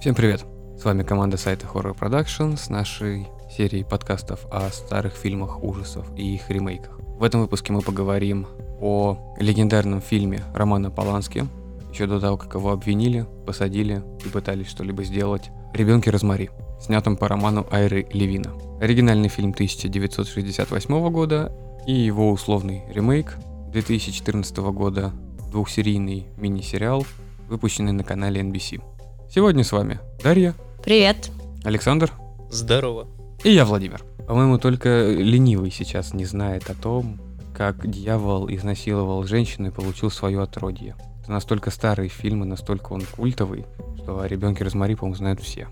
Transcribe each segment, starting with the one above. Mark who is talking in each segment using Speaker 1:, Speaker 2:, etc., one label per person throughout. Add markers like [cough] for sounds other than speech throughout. Speaker 1: Всем привет! С вами команда сайта Horror Production с нашей серией подкастов о старых фильмах ужасов и их ремейках. В этом выпуске мы поговорим о легендарном фильме Романа Полански, еще до того, как его обвинили, посадили и пытались что-либо сделать, «Ребенке Розмари», снятом по роману Айры Левина. Оригинальный фильм 1968 года и его условный ремейк 2014 года, двухсерийный мини-сериал, выпущенный на канале NBC. Сегодня с вами Дарья,
Speaker 2: Привет.
Speaker 1: Александр
Speaker 3: Здорово.
Speaker 1: и я, Владимир. По-моему, только ленивый сейчас не знает о том, как дьявол изнасиловал женщину и получил свое отродье. Это настолько старый фильм и настолько он культовый, что о ребенке Розмари, по-моему, знают все.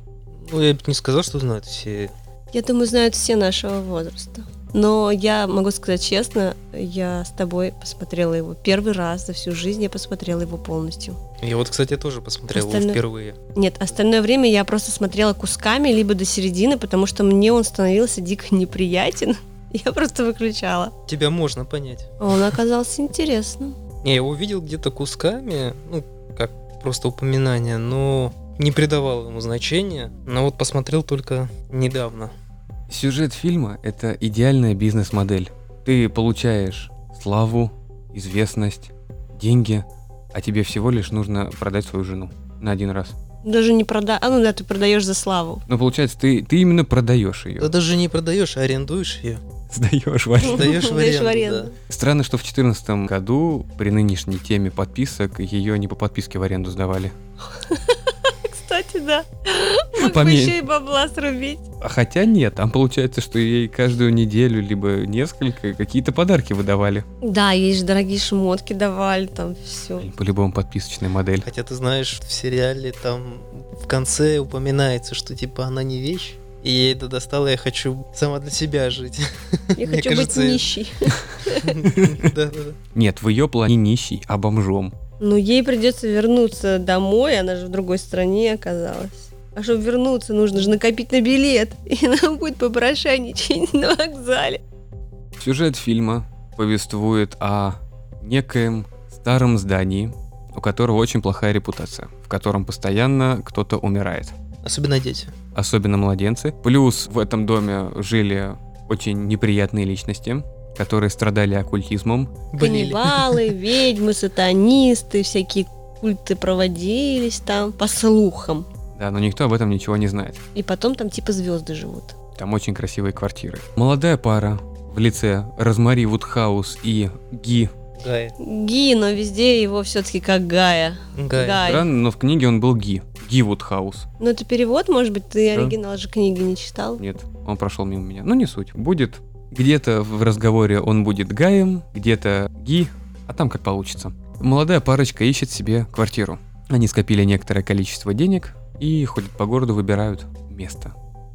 Speaker 3: Ну, я бы не сказал, что знают все.
Speaker 2: Я думаю, знают все нашего возраста. Но я могу сказать честно, я с тобой посмотрела его первый раз за всю жизнь, я посмотрела его полностью.
Speaker 3: Я вот, кстати, тоже посмотрел его
Speaker 2: Остальное-
Speaker 3: впервые.
Speaker 2: Нет, остальное время я просто смотрела кусками, либо до середины, потому что мне он становился дико неприятен. [laughs] Я просто выключала.
Speaker 3: Тебя можно понять.
Speaker 2: А Он оказался интересным.
Speaker 3: Не, я его видел где-то кусками, ну, как просто упоминание, но не придавал ему значения. Но вот посмотрел только недавно.
Speaker 1: Сюжет фильма – это идеальная бизнес-модель. Ты получаешь славу, известность, деньги, а тебе всего лишь нужно продать свою жену на один раз.
Speaker 2: Даже не прода... А, ну да, ты продаешь за славу.
Speaker 1: Но получается, ты, ты именно продаешь ее.
Speaker 3: Да даже не продаешь, а арендуешь ее.
Speaker 1: Сдаешь, Вася.
Speaker 3: Сдаешь в
Speaker 2: Сдаешь в
Speaker 3: аренду,
Speaker 2: аренду.
Speaker 1: Странно, что в 2014 году при нынешней теме подписок ее не по подписке в аренду сдавали.
Speaker 2: Кстати, да.
Speaker 3: Ну,
Speaker 2: Мог бы
Speaker 1: Поменьше.
Speaker 2: еще и бабла срубить.
Speaker 1: А Хотя нет, там получается, что ей каждую неделю либо несколько какие-то подарки выдавали.
Speaker 2: Да, ей же дорогие шмотки давали, там
Speaker 3: [laughs]
Speaker 2: все.
Speaker 1: Блин, По-любому подписочная модель.
Speaker 3: Хотя ты знаешь, в сериале там в конце упоминается, что типа она не вещь. И ей это достало, я хочу сама для себя жить. [laughs]
Speaker 2: Я
Speaker 3: Мне
Speaker 2: хочу
Speaker 3: кажется,
Speaker 2: быть нищей.
Speaker 3: Да-да-да.
Speaker 1: Нет, в ее плане не нищий, а бомжом.
Speaker 2: Но Ну, ей придется вернуться домой, она же в другой стране оказалась. А чтобы вернуться, нужно же накопить на билет. [laughs] И она будет попрошайничать на вокзале.
Speaker 1: Сюжет фильма повествует о некоем старом здании, у которого очень плохая репутация, в котором постоянно кто-то умирает.
Speaker 3: Особенно дети.
Speaker 1: особенно младенцы. Плюс в этом доме жили очень неприятные личности, которые страдали оккультизмом.
Speaker 3: Блин.
Speaker 2: Каннибалы, ведьмы, сатанисты, всякие культы проводились там, по слухам.
Speaker 1: Да, но никто об этом ничего не знает.
Speaker 2: И потом там типа звезды живут.
Speaker 1: Там очень красивые квартиры. Молодая пара в лице Розмари Вудхаус и Ги.
Speaker 3: Гай.
Speaker 2: Ги, но везде его все-таки как Гая.
Speaker 3: Гай.
Speaker 2: Гай.
Speaker 1: Странно, но в книге он был Ги. Ги Вудхаус.
Speaker 2: Ну это перевод, может быть, ты
Speaker 1: Да.
Speaker 2: оригинал же книги не читал.
Speaker 1: Нет, он прошел мимо меня. Ну, не суть. Будет где-то в разговоре он будет Гаем, где-то Ги, а там как получится. Молодая парочка ищет себе квартиру. Они скопили некоторое количество денег и ходят по городу, выбирают место.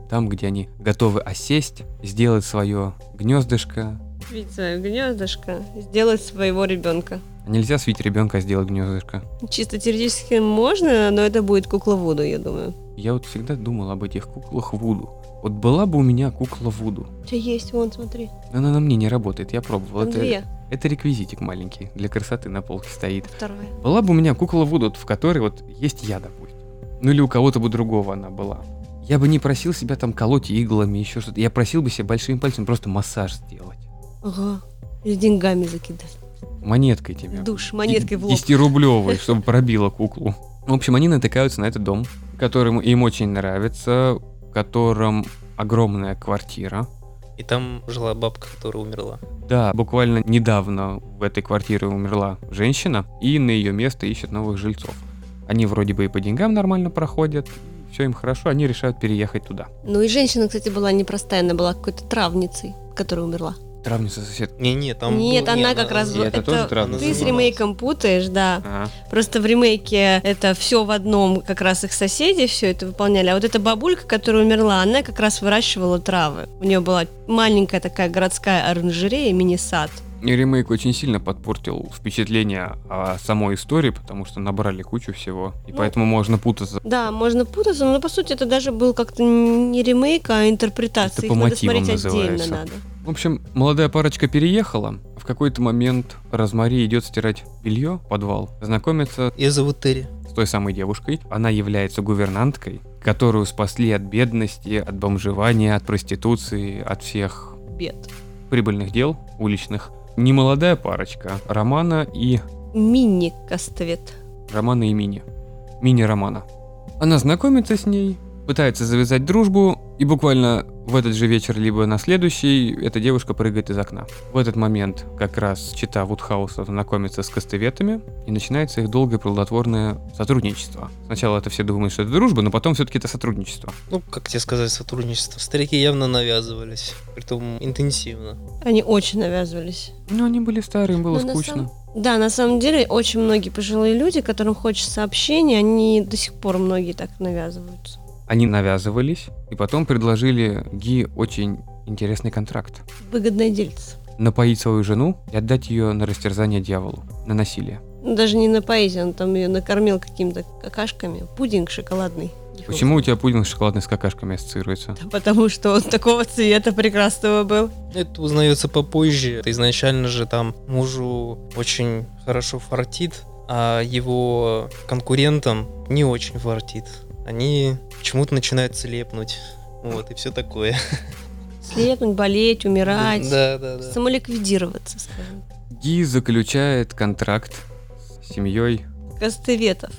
Speaker 1: Там, где они готовы осесть, сделать свое гнездышко.
Speaker 2: Ведь свое гнездышко, сделать своего ребенка.
Speaker 1: Нельзя свить ребенка, а сделать гнездышко.
Speaker 2: Чисто теоретически можно, но это будет кукла Вуду, я думаю.
Speaker 1: Я вот всегда думал об этих куклах Вуду. Вот была бы у меня кукла Вуду.
Speaker 2: У тебя есть, вон, смотри.
Speaker 1: Но она на мне не работает, я пробовал.
Speaker 2: Там
Speaker 1: это,
Speaker 2: две.
Speaker 1: это реквизитик маленький, для красоты на полке стоит.
Speaker 2: Вторая.
Speaker 1: Была бы у меня кукла Вуду, вот в которой вот есть я, допустим. Ну или у кого-то бы другого она была. Я бы не просил себя там колоть иглами, еще что-то. Я просил бы себя большим пальцем просто массаж сделать.
Speaker 2: Ага. И с деньгами закидать.
Speaker 1: Монеткой тебя.
Speaker 2: Душ, монеткой в лоб.
Speaker 1: 10-рублевой, чтобы пробила куклу. В общем, они натыкаются на этот дом, которым им очень нравится, в котором огромная квартира.
Speaker 3: И там жила бабка, которая умерла.
Speaker 1: Да, буквально недавно в этой квартире умерла женщина, и на ее место ищут новых жильцов. Они вроде бы и по деньгам нормально проходят, все им хорошо, они решают переехать туда.
Speaker 2: Ну и женщина, кстати, была непростая, она была какой-то травницей, которая умерла.
Speaker 1: Травница соседка.
Speaker 3: Не-не, там...
Speaker 2: Нет,
Speaker 3: был- не,
Speaker 2: она как раз
Speaker 1: И
Speaker 2: была-
Speaker 1: это
Speaker 2: это
Speaker 1: тоже травница
Speaker 2: Ты с
Speaker 1: была?
Speaker 2: ремейком путаешь, да.
Speaker 1: Ага.
Speaker 2: Просто в ремейке это все в одном, как раз их соседи все это выполняли. А вот эта бабулька, которая умерла, она как раз выращивала травы. У нее была маленькая такая городская оранжерея, мини-сад.
Speaker 1: И ремейк очень сильно подпортил впечатление о самой истории, потому что набрали кучу всего, и
Speaker 2: Ну.
Speaker 1: поэтому можно путаться.
Speaker 2: Да, можно путаться, но ну, по сути это даже был как-то не ремейк, а интерпретация.
Speaker 1: Это
Speaker 2: Их
Speaker 1: по
Speaker 2: надо
Speaker 1: мотивам
Speaker 2: смотреть
Speaker 1: называется.
Speaker 2: отдельно надо.
Speaker 1: В общем, молодая парочка переехала. В какой-то момент Розмари идет стирать белье в подвал, знакомится
Speaker 3: Ее зовут Терри.
Speaker 1: с с той самой девушкой. Она является гувернанткой, которую спасли от бедности, от бомжевания, от проституции, от всех
Speaker 2: Бед.
Speaker 1: прибыльных дел уличных. Немолодая парочка Романа и
Speaker 2: Мини Кастовет.
Speaker 1: Романа и Мини. Мини-Романа. Она знакомится с ней, пытается завязать дружбу, и буквально в этот же вечер, либо на следующий, эта девушка прыгает из окна. В этот момент как раз чита Вудхауса знакомится с костеветами, и начинается их долгое плодотворное сотрудничество. Сначала это все думают, что это дружба, но потом все-таки это сотрудничество.
Speaker 3: Ну, как тебе сказать, сотрудничество. Старики явно навязывались, притом интенсивно.
Speaker 2: Они очень навязывались.
Speaker 1: Но они были старые, им было
Speaker 2: Но на
Speaker 1: скучно.
Speaker 2: Да, на самом деле очень многие пожилые люди, которым хочется общения, они до сих пор многие так навязываются.
Speaker 1: Они навязывались, и потом предложили Ги очень интересный контракт.
Speaker 2: Выгодное дельце.
Speaker 1: напоить свою жену и отдать ее на растерзание дьяволу, на насилие.
Speaker 2: Ну, Даже не напоить, он там ее накормил какими-то какашками. Пудинг шоколадный. [laughs]
Speaker 1: Почему у тебя пудинг с шоколадной с какашками ассоциируется?
Speaker 2: Да Потому что он такого цвета прекрасного был.
Speaker 3: Это узнается попозже. Это изначально же там мужу очень хорошо фартит, а его конкурентам не очень фартит. Они почему-то начинают слепнуть. Вот, и все такое.
Speaker 2: Слепнуть, болеть, умирать.
Speaker 3: [laughs] Да, да, да.
Speaker 2: Самоликвидироваться, скажем.
Speaker 1: Ги заключает контракт с семьей.
Speaker 2: Костоветов.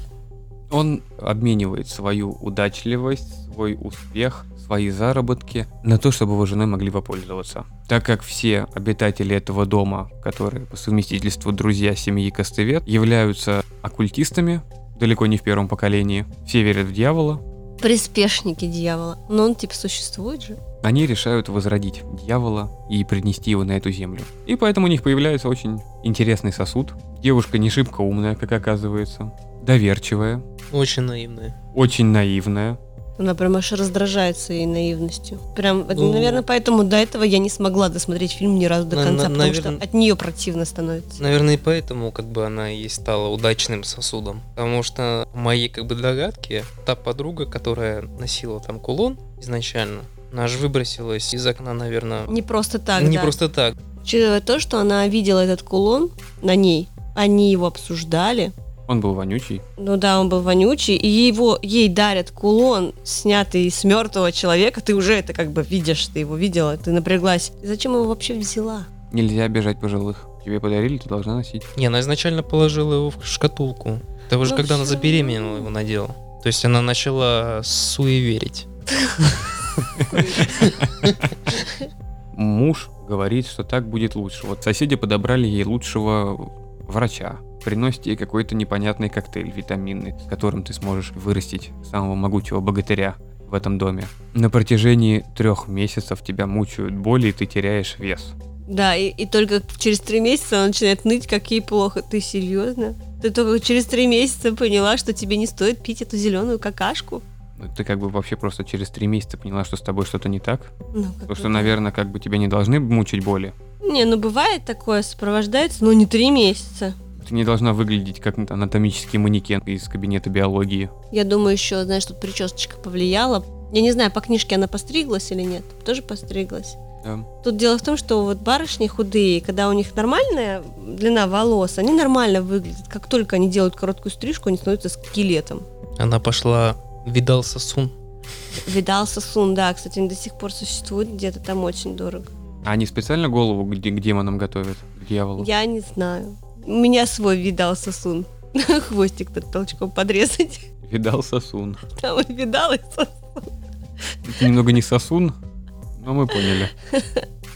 Speaker 1: Он обменивает свою удачливость, свой успех, свои заработки на то, чтобы его женой могли попользоваться. Так как все обитатели этого дома, которые по совместительству друзья семьи Костевет, являются оккультистами, далеко не в первом поколении, все верят в дьявола,
Speaker 2: Приспешники дьявола. Но он типа существует же.
Speaker 1: Они решают возродить дьявола и принести его на эту землю. И поэтому у них появляется очень интересный сосуд. Девушка не шибко умная, как оказывается, доверчивая,
Speaker 3: Очень наивные.
Speaker 1: очень наивная.
Speaker 2: Она прям аж раздражает своей наивностью. Прям, это,
Speaker 3: Ну.
Speaker 2: наверное, поэтому до этого я не смогла досмотреть фильм ни разу до
Speaker 3: На-
Speaker 2: конца,
Speaker 3: на-
Speaker 2: потому
Speaker 3: наверно-
Speaker 2: что от нее противно становится.
Speaker 3: Наверное, и поэтому как бы она и стала удачным сосудом. Потому что по моей как бы догадки, та подруга, которая носила там кулон изначально, она же выбросилась из окна, наверное, Ну,
Speaker 2: Не просто Ну так,
Speaker 3: не
Speaker 2: да.
Speaker 3: просто так.
Speaker 2: Учитывая то, что она видела этот кулон на ней, они его обсуждали.
Speaker 1: Он был вонючий.
Speaker 2: Ну да, он был вонючий, и его, ей дарят кулон, снятый с мертвого человека. Ты уже это как бы видишь, ты его видела, ты напряглась. Ты зачем его вообще взяла?
Speaker 1: Нельзя обижать пожилых. Тебе подарили, ты должна носить.
Speaker 3: Не, она изначально положила его в шкатулку. Это уже
Speaker 2: Ну
Speaker 3: когда она
Speaker 2: всё
Speaker 3: забеременела
Speaker 2: равно.
Speaker 3: его надела. То есть она начала суеверить.
Speaker 1: Муж говорит, что так будет лучше. Вот соседи подобрали ей лучшего врача. Приносит ей какой-то непонятный коктейль витаминный, с которым ты сможешь вырастить самого могучего богатыря в этом доме. На протяжении трех месяцев тебя мучают боли, и ты теряешь вес.
Speaker 2: Да, и, и только через три месяца она начинает ныть, как ей плохо. Ты серьезно? Ты только через три месяца поняла, что тебе не стоит пить эту зеленую какашку?
Speaker 1: Ну, Ты как бы вообще просто через три месяца поняла, что с тобой что-то не так.
Speaker 2: Ну, как
Speaker 1: Потому
Speaker 2: бы
Speaker 1: что,
Speaker 2: да.
Speaker 1: наверное, как бы тебя не должны мучить боли.
Speaker 2: Не, ну бывает такое, сопровождается, но не три месяца.
Speaker 1: Ты не должна выглядеть как анатомический манекен из кабинета биологии.
Speaker 2: Я думаю, еще, знаешь, тут причесочка повлияла. Я не знаю, по книжке она постриглась или нет. Тоже постриглась.
Speaker 1: Да.
Speaker 2: Тут дело в том, что вот барышни худые, когда у них нормальная длина волос, они нормально выглядят. Как только они делают короткую стрижку, они становятся скелетом.
Speaker 3: Она пошла, видал сосун.
Speaker 2: Видал сосун, да, кстати, они до сих пор существуют где-то там очень дорого.
Speaker 1: А они специально голову к, де- к демонам готовят? К дьяволу?
Speaker 2: Я не знаю. У меня свой видал сосун. [laughs] Хвостик-то толчком подрезать. [laughs]
Speaker 1: Видал сосун.
Speaker 2: Там и видал и сосун.
Speaker 1: Это немного не сосун, но мы поняли.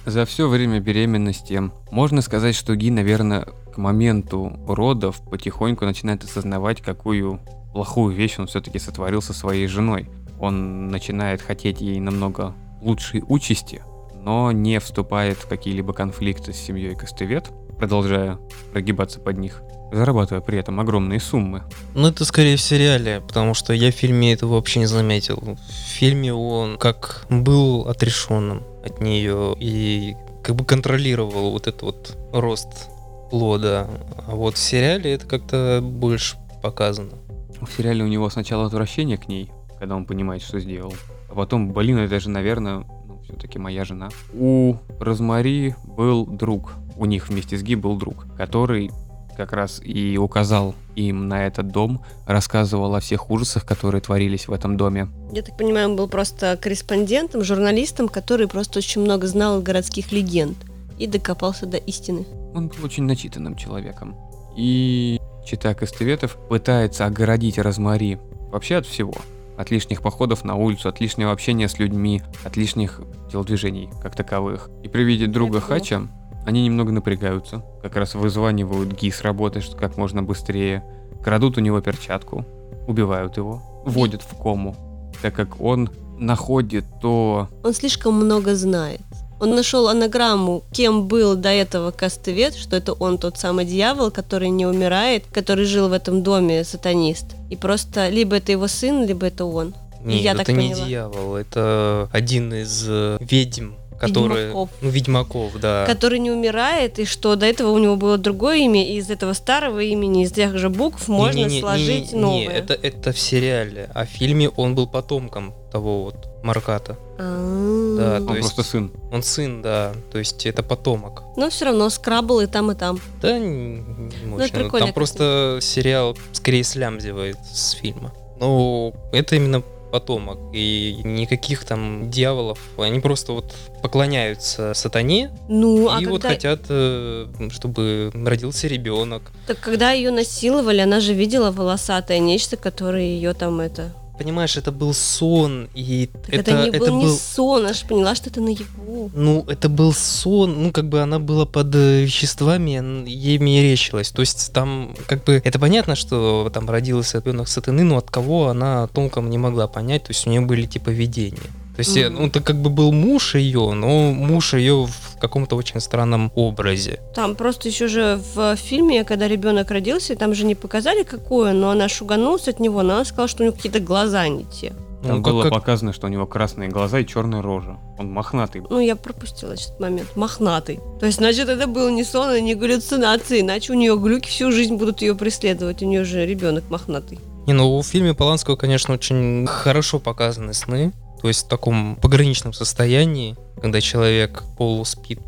Speaker 1: За все время беременности можно сказать, что Ги, наверное, к моменту родов потихоньку начинает осознавать, какую плохую вещь он все-таки сотворил со своей женой. Он начинает хотеть ей намного лучшей участи, но не вступает в какие-либо конфликты с семьей Костевет, продолжая прогибаться под них, зарабатывая при этом огромные суммы.
Speaker 3: Ну, это скорее в сериале, потому что я в фильме этого вообще не заметил. В фильме он как был отрешенным от нее и как бы контролировал вот этот вот рост плода. А вот в сериале это как-то больше показано.
Speaker 1: В сериале у него сначала отвращение к ней, когда он понимает, что сделал. А потом, блин, это же, наверное, ну, все-таки моя жена. У Розмари был друг. У них вместе с Ги был друг, который как раз и указал им на этот дом, рассказывал о всех ужасах, которые творились в этом доме.
Speaker 2: Я так понимаю, он был просто корреспондентом, журналистом, который просто очень много знал городских легенд и докопался до истины.
Speaker 1: Он был очень начитанным человеком. И чита Костоветов пытается огородить Розмари вообще от всего. От лишних походов на улицу, от лишнего общения с людьми, от лишних телодвижений как таковых. И при виде друга
Speaker 2: Это плохо.
Speaker 1: Хача они немного напрягаются, как раз вызванивают Ги с работы что как можно быстрее, крадут у него перчатку, убивают его, вводят в кому, так как он находит то...
Speaker 2: Он слишком много знает. Он нашел анаграмму, кем был до этого Кастывет, что это он тот самый дьявол, который не умирает, который жил в этом доме сатанист. И просто либо это его сын, либо это он.
Speaker 3: Нет,
Speaker 2: Я
Speaker 3: это
Speaker 2: так
Speaker 3: не
Speaker 2: поняла.
Speaker 3: дьявол, это один из э, ведьм, которые...
Speaker 2: Ведьмаков.
Speaker 3: Ну, ведьмаков, да.
Speaker 2: Который не умирает, и что до этого у него было другое имя, и из этого старого имени, из тех же букв, можно
Speaker 3: Не-не-не,
Speaker 2: сложить
Speaker 3: не-не-не,
Speaker 2: новое.
Speaker 3: это, это в сериале, а в фильме он был потомком того вот Марката.
Speaker 2: А. А-а-а.
Speaker 3: Да, ну.
Speaker 1: Он
Speaker 3: То есть-
Speaker 1: просто сын.
Speaker 3: Он сын, да, то есть это потомок.
Speaker 2: Но все равно скрабл и там, и там.
Speaker 3: Да, не не
Speaker 2: Ну, это
Speaker 3: очень.
Speaker 2: прикольно,
Speaker 3: Там просто сериал скорее слямзивает с фильма. Но это именно потомок. И никаких там дьяволов. Они просто вот поклоняются сатане
Speaker 2: Ну, а
Speaker 3: и
Speaker 2: когда...
Speaker 3: вот хотят, э, чтобы родился ребенок.
Speaker 2: Так когда ее насиловали, она же видела волосатое нечто, которое ее там это...
Speaker 3: Понимаешь, это был сон, и
Speaker 2: Так
Speaker 3: это,
Speaker 2: это, не был
Speaker 3: это
Speaker 2: не
Speaker 3: был-
Speaker 2: сон, она же поняла, что это наяву.
Speaker 3: Ну, это был сон, ну, как бы она была под э, веществами, н- ей мерещилось. То есть там, как бы, это понятно, что там родился ребенок сатаны, но от кого она толком не могла понять, то есть у нее были, типа, видения. То есть, э,
Speaker 2: Мгм.
Speaker 3: ну, это как бы был муж ее, но муж ее в каком-то очень странном образе.
Speaker 2: Там просто еще же в фильме, когда ребенок родился, там же не показали, какое, но она шуганулась от него, но она сказала, что у него какие-то глаза не те.
Speaker 1: Там
Speaker 3: Ну, как-
Speaker 1: было
Speaker 3: как-
Speaker 1: показано, что у него красные глаза и черная рожа. Он мохнатый.
Speaker 2: Ну, я пропустила этот момент. Мохнатый. То есть, значит, это был не сон и не галлюцинации, иначе у нее глюки всю жизнь будут ее преследовать. У нее же ребенок мохнатый.
Speaker 3: Не, ну, в фильме Поланского, конечно, очень хорошо показаны сны, то есть в таком пограничном состоянии, когда человек полуспит,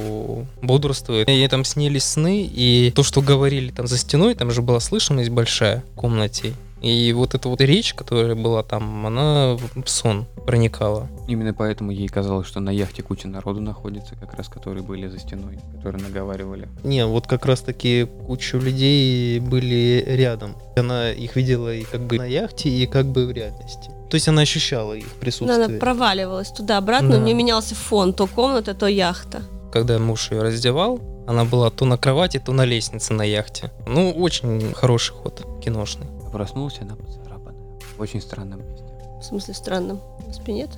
Speaker 3: полубодрствует. И там снились сны, и то, что говорили там за стеной, там же была слышимость большая в комнате. И вот эта вот речь, которая была там, она в сон проникала.
Speaker 1: Именно поэтому ей казалось, что на яхте куча народу находится, как раз которые были за стеной, которые наговаривали.
Speaker 3: Не, вот как раз таки кучу людей были рядом. Она их видела и как бы на яхте, и как бы в реальности. То есть она ощущала их
Speaker 2: Но
Speaker 3: присутствие.
Speaker 2: Ну, она проваливалась туда-обратно, у
Speaker 3: Да.
Speaker 2: нее менялся фон, то комната, то яхта.
Speaker 3: когда муж ее раздевал, она была то на кровати, то на лестнице на яхте. Ну, очень хороший ход киношный.
Speaker 1: А Проснулась она поцарапанная. В очень странном месте.
Speaker 2: В смысле, странном. На спине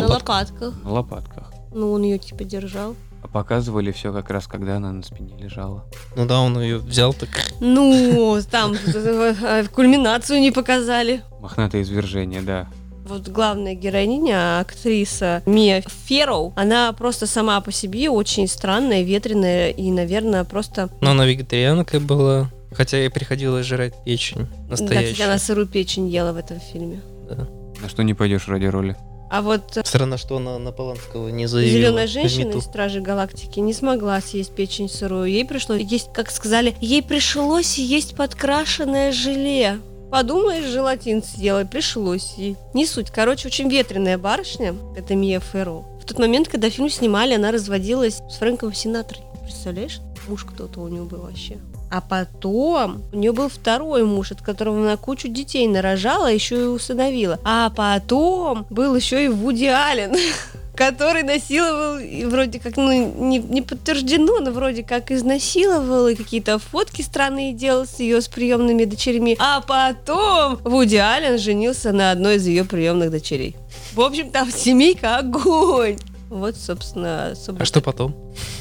Speaker 2: На
Speaker 3: Ну, а под-
Speaker 2: лопатках.
Speaker 1: На лопатках.
Speaker 2: Ну, он ее типа держал.
Speaker 1: А показывали все как раз, когда она на спине лежала.
Speaker 3: Ну да, он ее взял так.
Speaker 2: Ну, там э, кульминацию не показали.
Speaker 1: Мохнатое извержение, да.
Speaker 2: Вот главная героиня, актриса Мия Ферроу, она просто сама по себе очень странная, ветреная и, наверное, просто...
Speaker 3: Но Ну, она вегетарианкой была. Хотя ей приходилось жрать печень
Speaker 2: Да, кстати, она
Speaker 3: настоящую.
Speaker 2: сырую печень ела в этом фильме.
Speaker 1: На что не пойдешь ради роли.
Speaker 2: А вот
Speaker 3: Странно, что она на Поланского не заявила.
Speaker 2: Зеленая женщина
Speaker 3: Мету.
Speaker 2: из Стражей Галактики не смогла съесть печень сырую. Ей пришлось есть, как сказали, ей пришлось есть подкрашенное желе. Подумаешь, желатин съела, пришлось ей. Не суть. Короче, очень ветреная барышня, это Мия Ферро. В тот момент, когда фильм снимали, она разводилась с Фрэнком Синатрой. Представляешь? Муж кто-то у нее был вообще. А потом у нее был второй муж, от которого она кучу детей нарожала, еще и усыновила. А потом был еще и Вуди Аллен который насиловал, и вроде как, ну, не, не подтверждено, но вроде как изнасиловал, и какие-то фотки странные делал с ее с приемными дочерьми. А потом Вуди Аллен женился на одной из ее приемных дочерей. В общем, там семейка огонь. Вот, собственно, суп-
Speaker 3: А что потом?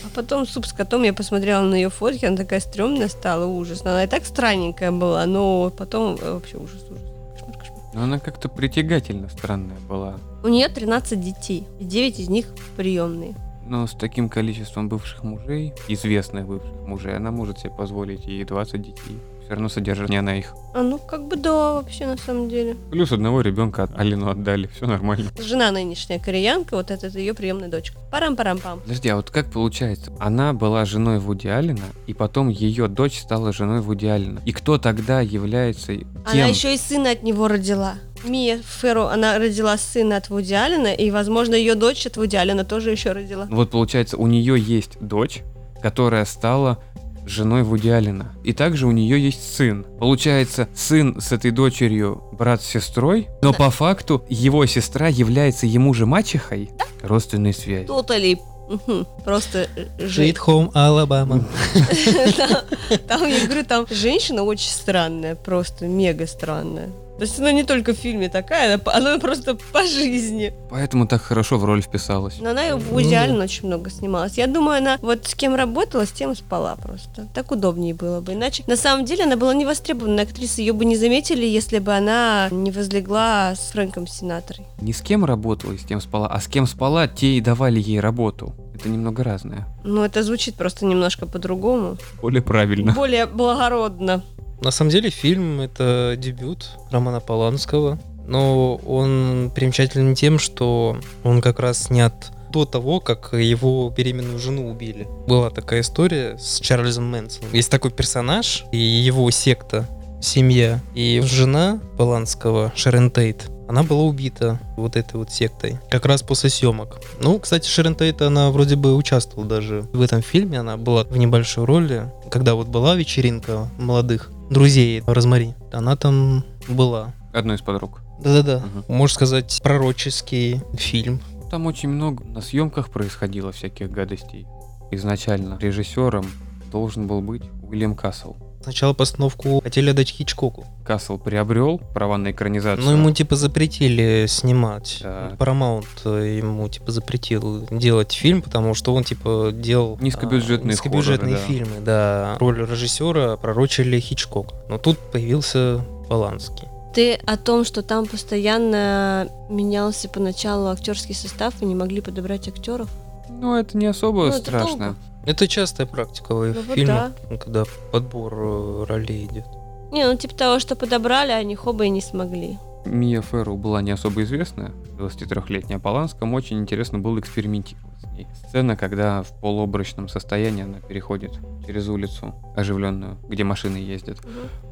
Speaker 2: а потом суп с котом, я посмотрела на ее фотки, она такая стрёмная стала, ужас. Она и так странненькая была, но потом э, вообще ужас, ужас. Кошмар, кошмар.
Speaker 1: Но она как-то притягательно странная была.
Speaker 2: У нее 13 детей, и 9 из них приемные.
Speaker 1: Но с таким количеством бывших мужей, известных бывших мужей, она может себе позволить и 20 детей. Все равно содержит не она их.
Speaker 2: А ну как бы да, вообще на самом деле.
Speaker 1: Плюс одного ребенка от- Алину отдали, все нормально.
Speaker 2: Жена нынешняя кореянка, вот это ее приемная дочка. Парам-парам-пам.
Speaker 1: Подожди, а вот как получается? Она была женой Вуди Алина, и потом ее дочь стала женой Вуди Алина. И кто тогда является тем...
Speaker 2: Она еще и сына от него родила. Мия Ферро, она родила сына от Вуди Аллена, и, возможно, ее дочь от Вуди Аллена тоже еще родила.
Speaker 1: Ну Вот получается, у нее есть дочь, которая стала женой Вуди Аллена. И также у нее есть сын. Получается, сын с этой дочерью брат с сестрой, но по факту его сестра является ему же мачехой. Родственные связи.
Speaker 2: Тотали. Мгм. Просто э, жить. [laughs]
Speaker 3: Жит Home Алабама.
Speaker 2: Там, там, я говорю, там женщина очень странная, просто мега странная. То есть она не только в фильме такая, она, по- она просто по жизни.
Speaker 1: Поэтому так хорошо в роль вписалась.
Speaker 2: Но она
Speaker 3: Ну
Speaker 2: в
Speaker 3: да.
Speaker 2: идеально очень много снималась. Я думаю, она вот с кем работала, с тем и спала просто. Так удобнее было бы. Иначе, на самом деле, она была невостребованная актриса. Ее бы не заметили, если бы она не возлегла с Фрэнком Синаторой.
Speaker 1: Не с кем работала и с кем спала, а с кем спала, те и давали ей работу. Это немного разное.
Speaker 2: Но Ну, это звучит просто немножко по-другому.
Speaker 3: [laughs]
Speaker 1: Более правильно.
Speaker 2: Более благородно.
Speaker 3: На самом деле фильм это дебют Романа Поланского, но он примечателен тем, что он как раз снят до того, как его беременную жену убили. Была такая история с Чарльзом Мэнсоном. Есть такой персонаж и его секта, семья. И жена Поланского, Шерен Тейт, она была убита вот этой вот сектой. Как раз после съемок. Ну, кстати, Шерен Тейт, она вроде бы участвовала даже в этом фильме. Она была в небольшой роли. Когда вот была вечеринка молодых друзей Розмари, она там была.
Speaker 1: Одну из подруг.
Speaker 3: Да-да-да.
Speaker 1: Мгм.
Speaker 3: Можно сказать, пророческий фильм.
Speaker 1: Там очень много на съемках происходило всяких гадостей. Изначально режиссером должен был быть Уильям Кассел.
Speaker 3: Сначала постановку хотели отдать Хичкоку.
Speaker 1: Кассел приобрел права на экранизацию.
Speaker 3: Но ему типа запретили снимать.
Speaker 1: Так.
Speaker 3: Paramount э, ему типа запретил делать фильм, потому что он типа делал а,
Speaker 1: Низкобюджетные
Speaker 3: низкобюджетные
Speaker 1: хорроры, да.
Speaker 3: фильмы, да. Роль режиссера пророчили Хичкок. Но тут появился Поланский.
Speaker 2: Ты о том, что там постоянно менялся поначалу актерский состав и не могли подобрать актеров.
Speaker 1: Ну, это не особо
Speaker 2: Ну, это
Speaker 1: страшно.
Speaker 3: Это частая практика в
Speaker 2: Ну вот
Speaker 3: фильмах, когда подбор э, ролей идет.
Speaker 2: Не, ну типа того, что подобрали, а они хоба и не смогли.
Speaker 1: Мия Ферру была не особо известная, 23-летняя Поланскому очень интересно было экспериментировать с ней. Сцена, когда в полуобрачном состоянии она переходит через улицу оживленную, где машины ездят.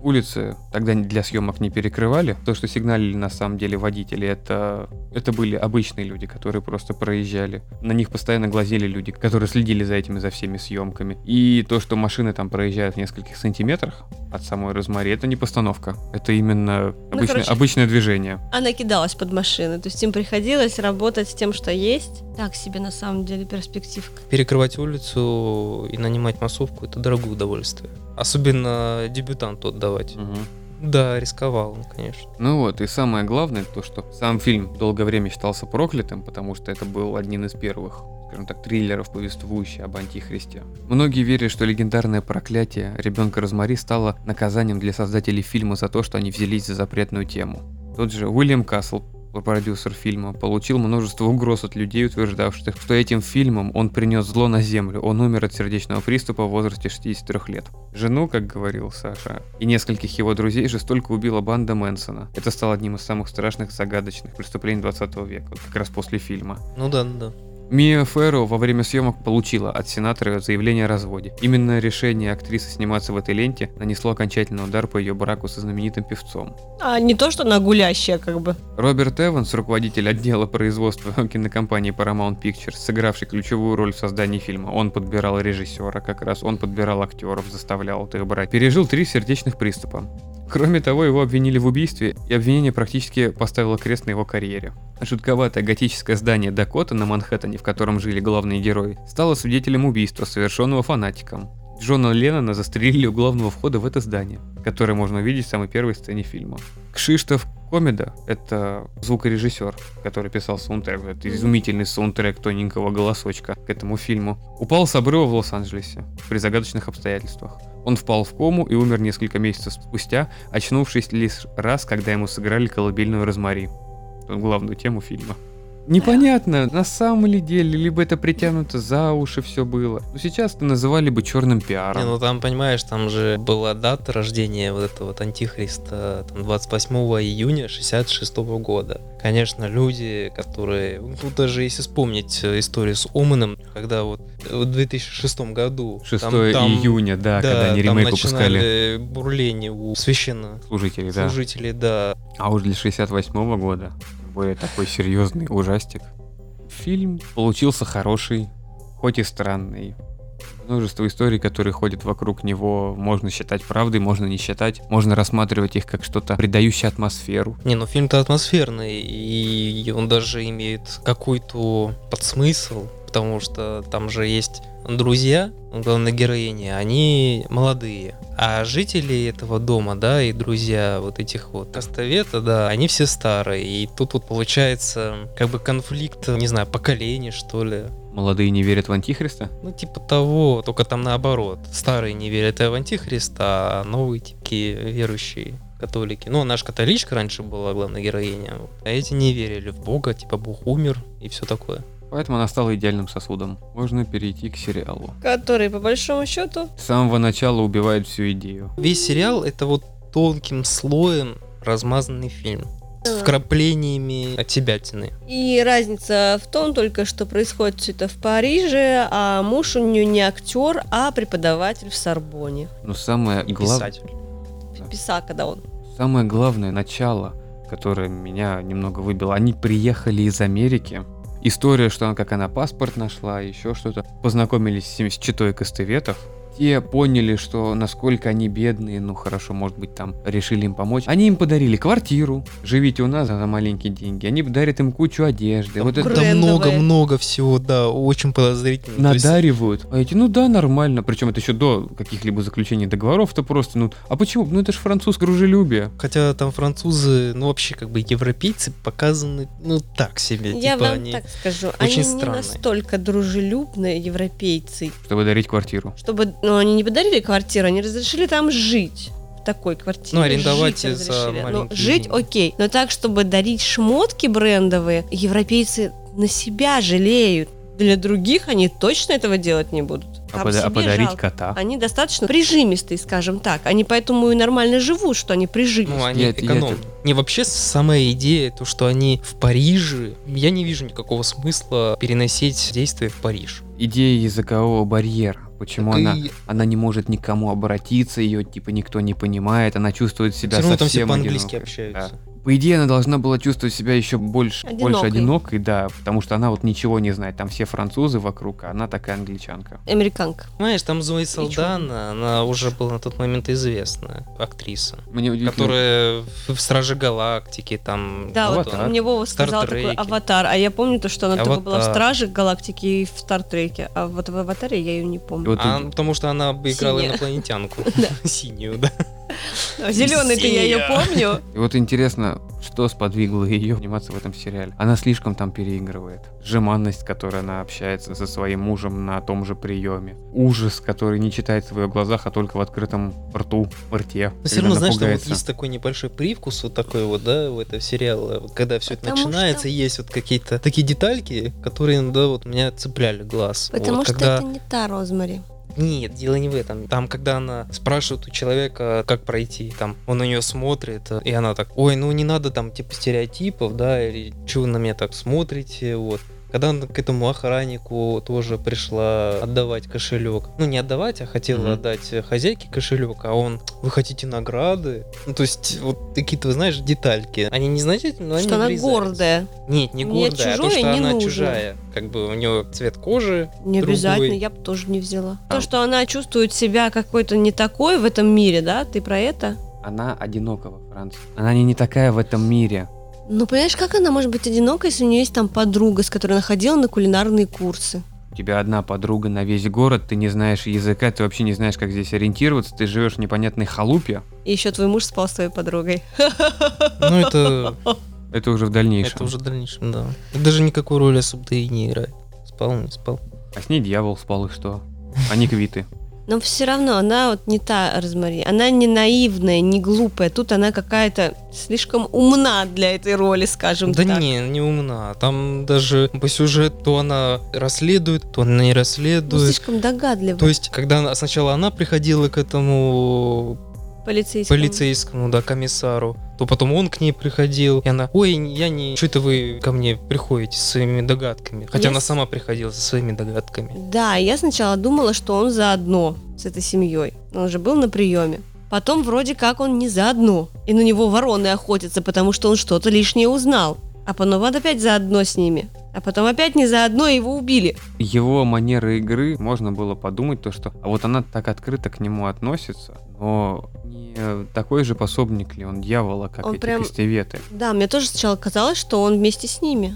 Speaker 1: Улицы тогда для съемок не перекрывали. То, что сигналили на самом деле водители, это, это были обычные люди, которые просто проезжали. На них постоянно глазели люди, которые следили за этими, за всеми съемками. И то, что машины там проезжают в нескольких сантиметрах от самой Розмари, это не постановка. Это именно обычное,
Speaker 2: короче.
Speaker 1: обычное движение.
Speaker 2: Она кидалась под машины, то есть им приходилось работать с тем, что есть. Так себе на самом деле перспективка.
Speaker 3: Перекрывать улицу и нанимать массовку это дорогое удовольствие. Особенно дебютанту отдавать.
Speaker 1: Мгм.
Speaker 3: Да, рисковал он, конечно.
Speaker 1: Ну вот, и самое главное, то, что сам фильм долгое время считался проклятым, потому что это был одним из первых, скажем так, триллеров, повествующих об антихристе. Многие верят, что легендарное проклятие ребенка Розмари стало наказанием для создателей фильма за то, что они взялись за запретную тему. Тот же Уильям Касл, продюсер фильма, получил множество угроз от людей, утверждавших, что этим фильмом он принес зло на землю. Он умер от сердечного приступа в возрасте 63 лет. Жену, как говорил Саша, и нескольких его друзей жестолько убила банда Мэнсона. Это стало одним из самых страшных загадочных преступлений 20 века, вот как раз после фильма.
Speaker 3: Ну да, ну да.
Speaker 1: Мия Ферро во время съемок получила от сенатора заявление о разводе. Именно решение актрисы сниматься в этой ленте нанесло окончательный удар по ее браку со знаменитым певцом.
Speaker 2: А не то, что она гулящая, как бы.
Speaker 1: Роберт Эванс, руководитель отдела производства [laughs] кинокомпании Paramount Pictures, сыгравший ключевую роль в создании фильма, он подбирал режиссера как раз, он подбирал актеров, заставлял их брать, пережил три сердечных приступа. Кроме того, его обвинили в убийстве, и обвинение практически поставило крест на его карьере. Жутковатое готическое здание Дакота на Манхэттене, в котором жили главные герои, стало свидетелем убийства, совершенного фанатиком. Джона Леннона застрелили у главного входа в это здание, которое можно увидеть в самой первой сцене фильма. Кшиштов Комеда — это звукорежиссер, который писал саундтрек. Это изумительный саундтрек тоненького голосочка к этому фильму. Упал с обрыва в Лос-Анджелесе при загадочных обстоятельствах. Он впал в кому и умер несколько месяцев спустя, очнувшись лишь раз, когда ему сыграли колыбельную Розмари. Тут главную тему фильма. Непонятно, на самом ли деле, либо это притянуто за уши все было. Но сейчас это называли бы черным
Speaker 3: Не,
Speaker 1: пиаром.
Speaker 3: ну там, понимаешь, там же была дата рождения вот этого вот антихриста, там 28 июня 66 года. Конечно, люди, которые... Ну, тут даже если вспомнить э, историю с Оманом, когда вот э, в 2006 году...
Speaker 1: 6
Speaker 3: там- там-
Speaker 1: июня, да, когда они
Speaker 3: там
Speaker 1: ремейк выпускали.
Speaker 3: начинали бурление у
Speaker 1: Служители,
Speaker 3: священнослужителей,
Speaker 1: да.
Speaker 3: служителей, да.
Speaker 1: А уж для 68 года, тем более такой серьезный ужастик. Фильм получился хороший, хоть и странный. Множество историй, которые ходят вокруг него, можно считать правдой, можно не считать. Можно рассматривать их как что-то, придающее атмосферу.
Speaker 3: Не, ну фильм-то атмосферный, и он даже имеет какой-то подсмысл, потому что там же есть друзья главной героини, они молодые. А жители этого дома, да, и друзья вот этих вот Костовета, да, они все старые. И тут вот получается как бы конфликт, не знаю, поколений, что ли.
Speaker 1: Молодые не верят в Антихриста?
Speaker 3: Ну, типа того, только там наоборот. Старые не верят в Антихриста, а новые такие верующие католики. Ну, наш католичка раньше была главная героиня, вот. а эти не верили в Бога, типа Бог умер и все такое.
Speaker 1: Поэтому она стала идеальным сосудом. Можно перейти к сериалу.
Speaker 2: Который, по большому счету,
Speaker 1: С самого начала убивает всю идею.
Speaker 3: Весь сериал это вот тонким слоем размазанный фильм с вкраплениями от себятины.
Speaker 2: и разница в том только, что происходит все это в Париже, а муж у нее не актер, а преподаватель в Сорбоне.
Speaker 1: Но самое,
Speaker 3: И
Speaker 1: глав-
Speaker 3: писатель.
Speaker 2: Писака, да он.
Speaker 1: самое главное начало, которое меня немного выбило, они приехали из Америки. История, что она, как она паспорт нашла, еще что-то. Познакомились с 74 костоветов. Те поняли, что насколько они бедные, ну хорошо, может быть, там решили им помочь. Они им подарили квартиру. Живите у нас за маленькие деньги. Они подарят им кучу одежды. Вот это
Speaker 2: круто.
Speaker 3: Там
Speaker 2: Брендовое.
Speaker 3: много-много всего, да, очень подозрительно. То есть
Speaker 1: надаривают. А эти, ну да, нормально. Причем это еще до каких-либо заключений договоров, то просто, ну, а почему? Ну это же французское дружелюбие.
Speaker 3: Хотя там французы, ну вообще как бы европейцы показаны, ну так себе.
Speaker 2: Я
Speaker 3: типа
Speaker 2: вам
Speaker 3: они...
Speaker 2: так скажу,
Speaker 3: очень
Speaker 2: они
Speaker 3: странные.
Speaker 2: не настолько дружелюбные европейцы,
Speaker 1: Чтобы дарить квартиру.
Speaker 2: чтобы, ну, они не подарили квартиру, они разрешили там жить в такой квартире.
Speaker 3: Ну, арендовать
Speaker 2: жить
Speaker 3: за
Speaker 2: разрешили. Ну,
Speaker 3: маленькие
Speaker 2: жить
Speaker 3: деньги.
Speaker 2: окей, но так, чтобы дарить шмотки брендовые, европейцы на себя жалеют. Для других они точно этого делать не будут.
Speaker 1: А,
Speaker 2: Там
Speaker 1: пода- а
Speaker 2: себе
Speaker 1: подарить
Speaker 2: жалко.
Speaker 1: кота.
Speaker 2: Они достаточно прижимистые, скажем так. Они поэтому и нормально живут, что они
Speaker 3: Ну,
Speaker 2: прижились.
Speaker 3: они
Speaker 1: Я- я
Speaker 3: экономны. Не вообще самая идея, то, что они в Париже, я не вижу никакого смысла переносить действие в Париж.
Speaker 1: идея языкового барьера. Почему
Speaker 3: Так
Speaker 1: она,
Speaker 3: и
Speaker 1: она не может никому обратиться, ее типа никто не понимает, она чувствует себя
Speaker 3: всё равно там все
Speaker 1: совсем
Speaker 3: по-английски
Speaker 1: одинокой.
Speaker 3: общаются.
Speaker 1: По идее, она должна была чувствовать себя еще больше
Speaker 2: Одинокой.
Speaker 1: больше одинокой, да, потому что она вот ничего не знает. Там все французы вокруг, а она такая англичанка.
Speaker 2: Американка.
Speaker 3: Знаешь, там Зои
Speaker 2: чё?
Speaker 3: Салдана, она уже была на тот момент известная актриса,
Speaker 1: Мне удивительно.
Speaker 3: которая в в Страже Галактики там.
Speaker 2: Да,
Speaker 1: вот
Speaker 2: вот
Speaker 1: Аватар.
Speaker 2: мне Вова
Speaker 3: Стар
Speaker 2: сказал такой
Speaker 3: Треки.
Speaker 2: аватар, а я помню то, что она только была в
Speaker 3: Аватар.
Speaker 2: Страже Галактики и в Стартреке, а вот в Аватаре я ее не помню.
Speaker 1: Вот
Speaker 3: А,
Speaker 1: и-
Speaker 3: потому что она бы играла
Speaker 2: Синяя. [laughs]
Speaker 3: инопланетянку. [laughs] Синюю, да.
Speaker 2: Зеленый-то я ее
Speaker 3: Синяя.
Speaker 2: помню.
Speaker 1: И вот интересно, что сподвигло ее вниматься в этом сериале. Она слишком там переигрывает. Жеманность, которой она общается со своим мужем на том же приеме. Ужас, который не читается в ее глазах, а только в открытом рту, рте.
Speaker 3: Но все
Speaker 1: Когда
Speaker 3: равно,
Speaker 1: она
Speaker 3: знаешь, там вот
Speaker 1: пугается.
Speaker 3: есть такой небольшой привкус вот такой вот, да, у этого сериала. э, Вот когда все это
Speaker 2: Потому
Speaker 3: начинается,
Speaker 2: что-
Speaker 3: есть вот какие-то такие детальки, которые, ну, да, вот меня цепляли глаз.
Speaker 2: Потому
Speaker 3: Вот
Speaker 2: что
Speaker 3: когда...
Speaker 2: это не та Розмари.
Speaker 3: Нет, дело не в этом. Там, когда она спрашивает у человека, как пройти, там, он на нее смотрит, э, и она так, ой, ну не надо там, типа, стереотипов, да, или чего вы на меня так смотрите, вот. Когда она к этому охраннику тоже пришла отдавать кошелек. Ну, не отдавать, а хотела
Speaker 1: Мгм.
Speaker 3: отдать э, хозяйке кошелек, а он, вы хотите награды? Ну, то есть, вот какие-то, знаешь, детальки. Они незначительные, но Ну, они
Speaker 2: Что она
Speaker 3: врезаются.
Speaker 2: гордая.
Speaker 3: Нет, не
Speaker 2: Мне
Speaker 3: гордая, а то,
Speaker 2: чужое
Speaker 3: что
Speaker 2: не
Speaker 3: она
Speaker 2: нужно.
Speaker 3: чужая. Как бы у нее цвет кожи,
Speaker 2: Не
Speaker 3: Другой.
Speaker 2: обязательно, я бы тоже не взяла.
Speaker 1: А.
Speaker 2: То, что она чувствует себя какой-то не такой в этом мире, да? Ты про это?
Speaker 1: Она одинока во Франции. Она не, не такая в этом мире.
Speaker 2: Ну, понимаешь, как она может быть одинока, если у нее есть там подруга, с которой она ходила на кулинарные курсы?
Speaker 1: У тебя одна подруга на весь город, ты не знаешь языка, ты вообще не знаешь, как здесь ориентироваться, ты живешь в непонятной халупе.
Speaker 2: И еще твой муж спал с твоей подругой.
Speaker 3: Ну, это
Speaker 1: Это уже в дальнейшем.
Speaker 3: Это уже в дальнейшем, да. Даже никакой роли особо-то и не играет. Спал, не спал.
Speaker 1: А с ней дьявол спал и что? Они квиты.
Speaker 2: Но все равно она вот не та Розмари. Она не наивная, не глупая. Тут она какая-то слишком умна для этой роли, скажем
Speaker 3: Да
Speaker 2: так.
Speaker 3: не, не умна. Там даже по сюжету то она расследует, то она не
Speaker 2: Ну,
Speaker 3: расследует.
Speaker 2: слишком догадливая.
Speaker 3: То есть, когда она- сначала она приходила к этому
Speaker 2: полицейскому.
Speaker 3: полицейскому, да, комиссару, то потом он к ней приходил, и она, ой, я не... Что это вы ко мне приходите со своими догадками? Хотя
Speaker 2: Я
Speaker 3: она
Speaker 2: с-
Speaker 3: сама приходила со своими догадками.
Speaker 2: Да, я сначала думала, что он заодно с этой семьей. Он же был на приеме. Потом вроде как он не заодно. И на него вороны охотятся, потому что он что-то лишнее узнал. А потом он опять заодно с ними. А потом опять не заодно и его убили.
Speaker 1: Его манера игры, можно было подумать то, что... А вот она так открыто к нему относится, но не такой же пособник ли он дьявола, как
Speaker 2: Он
Speaker 1: эти
Speaker 2: прям-
Speaker 1: крестеветы.
Speaker 2: Да, мне тоже сначала казалось, что он вместе с ними.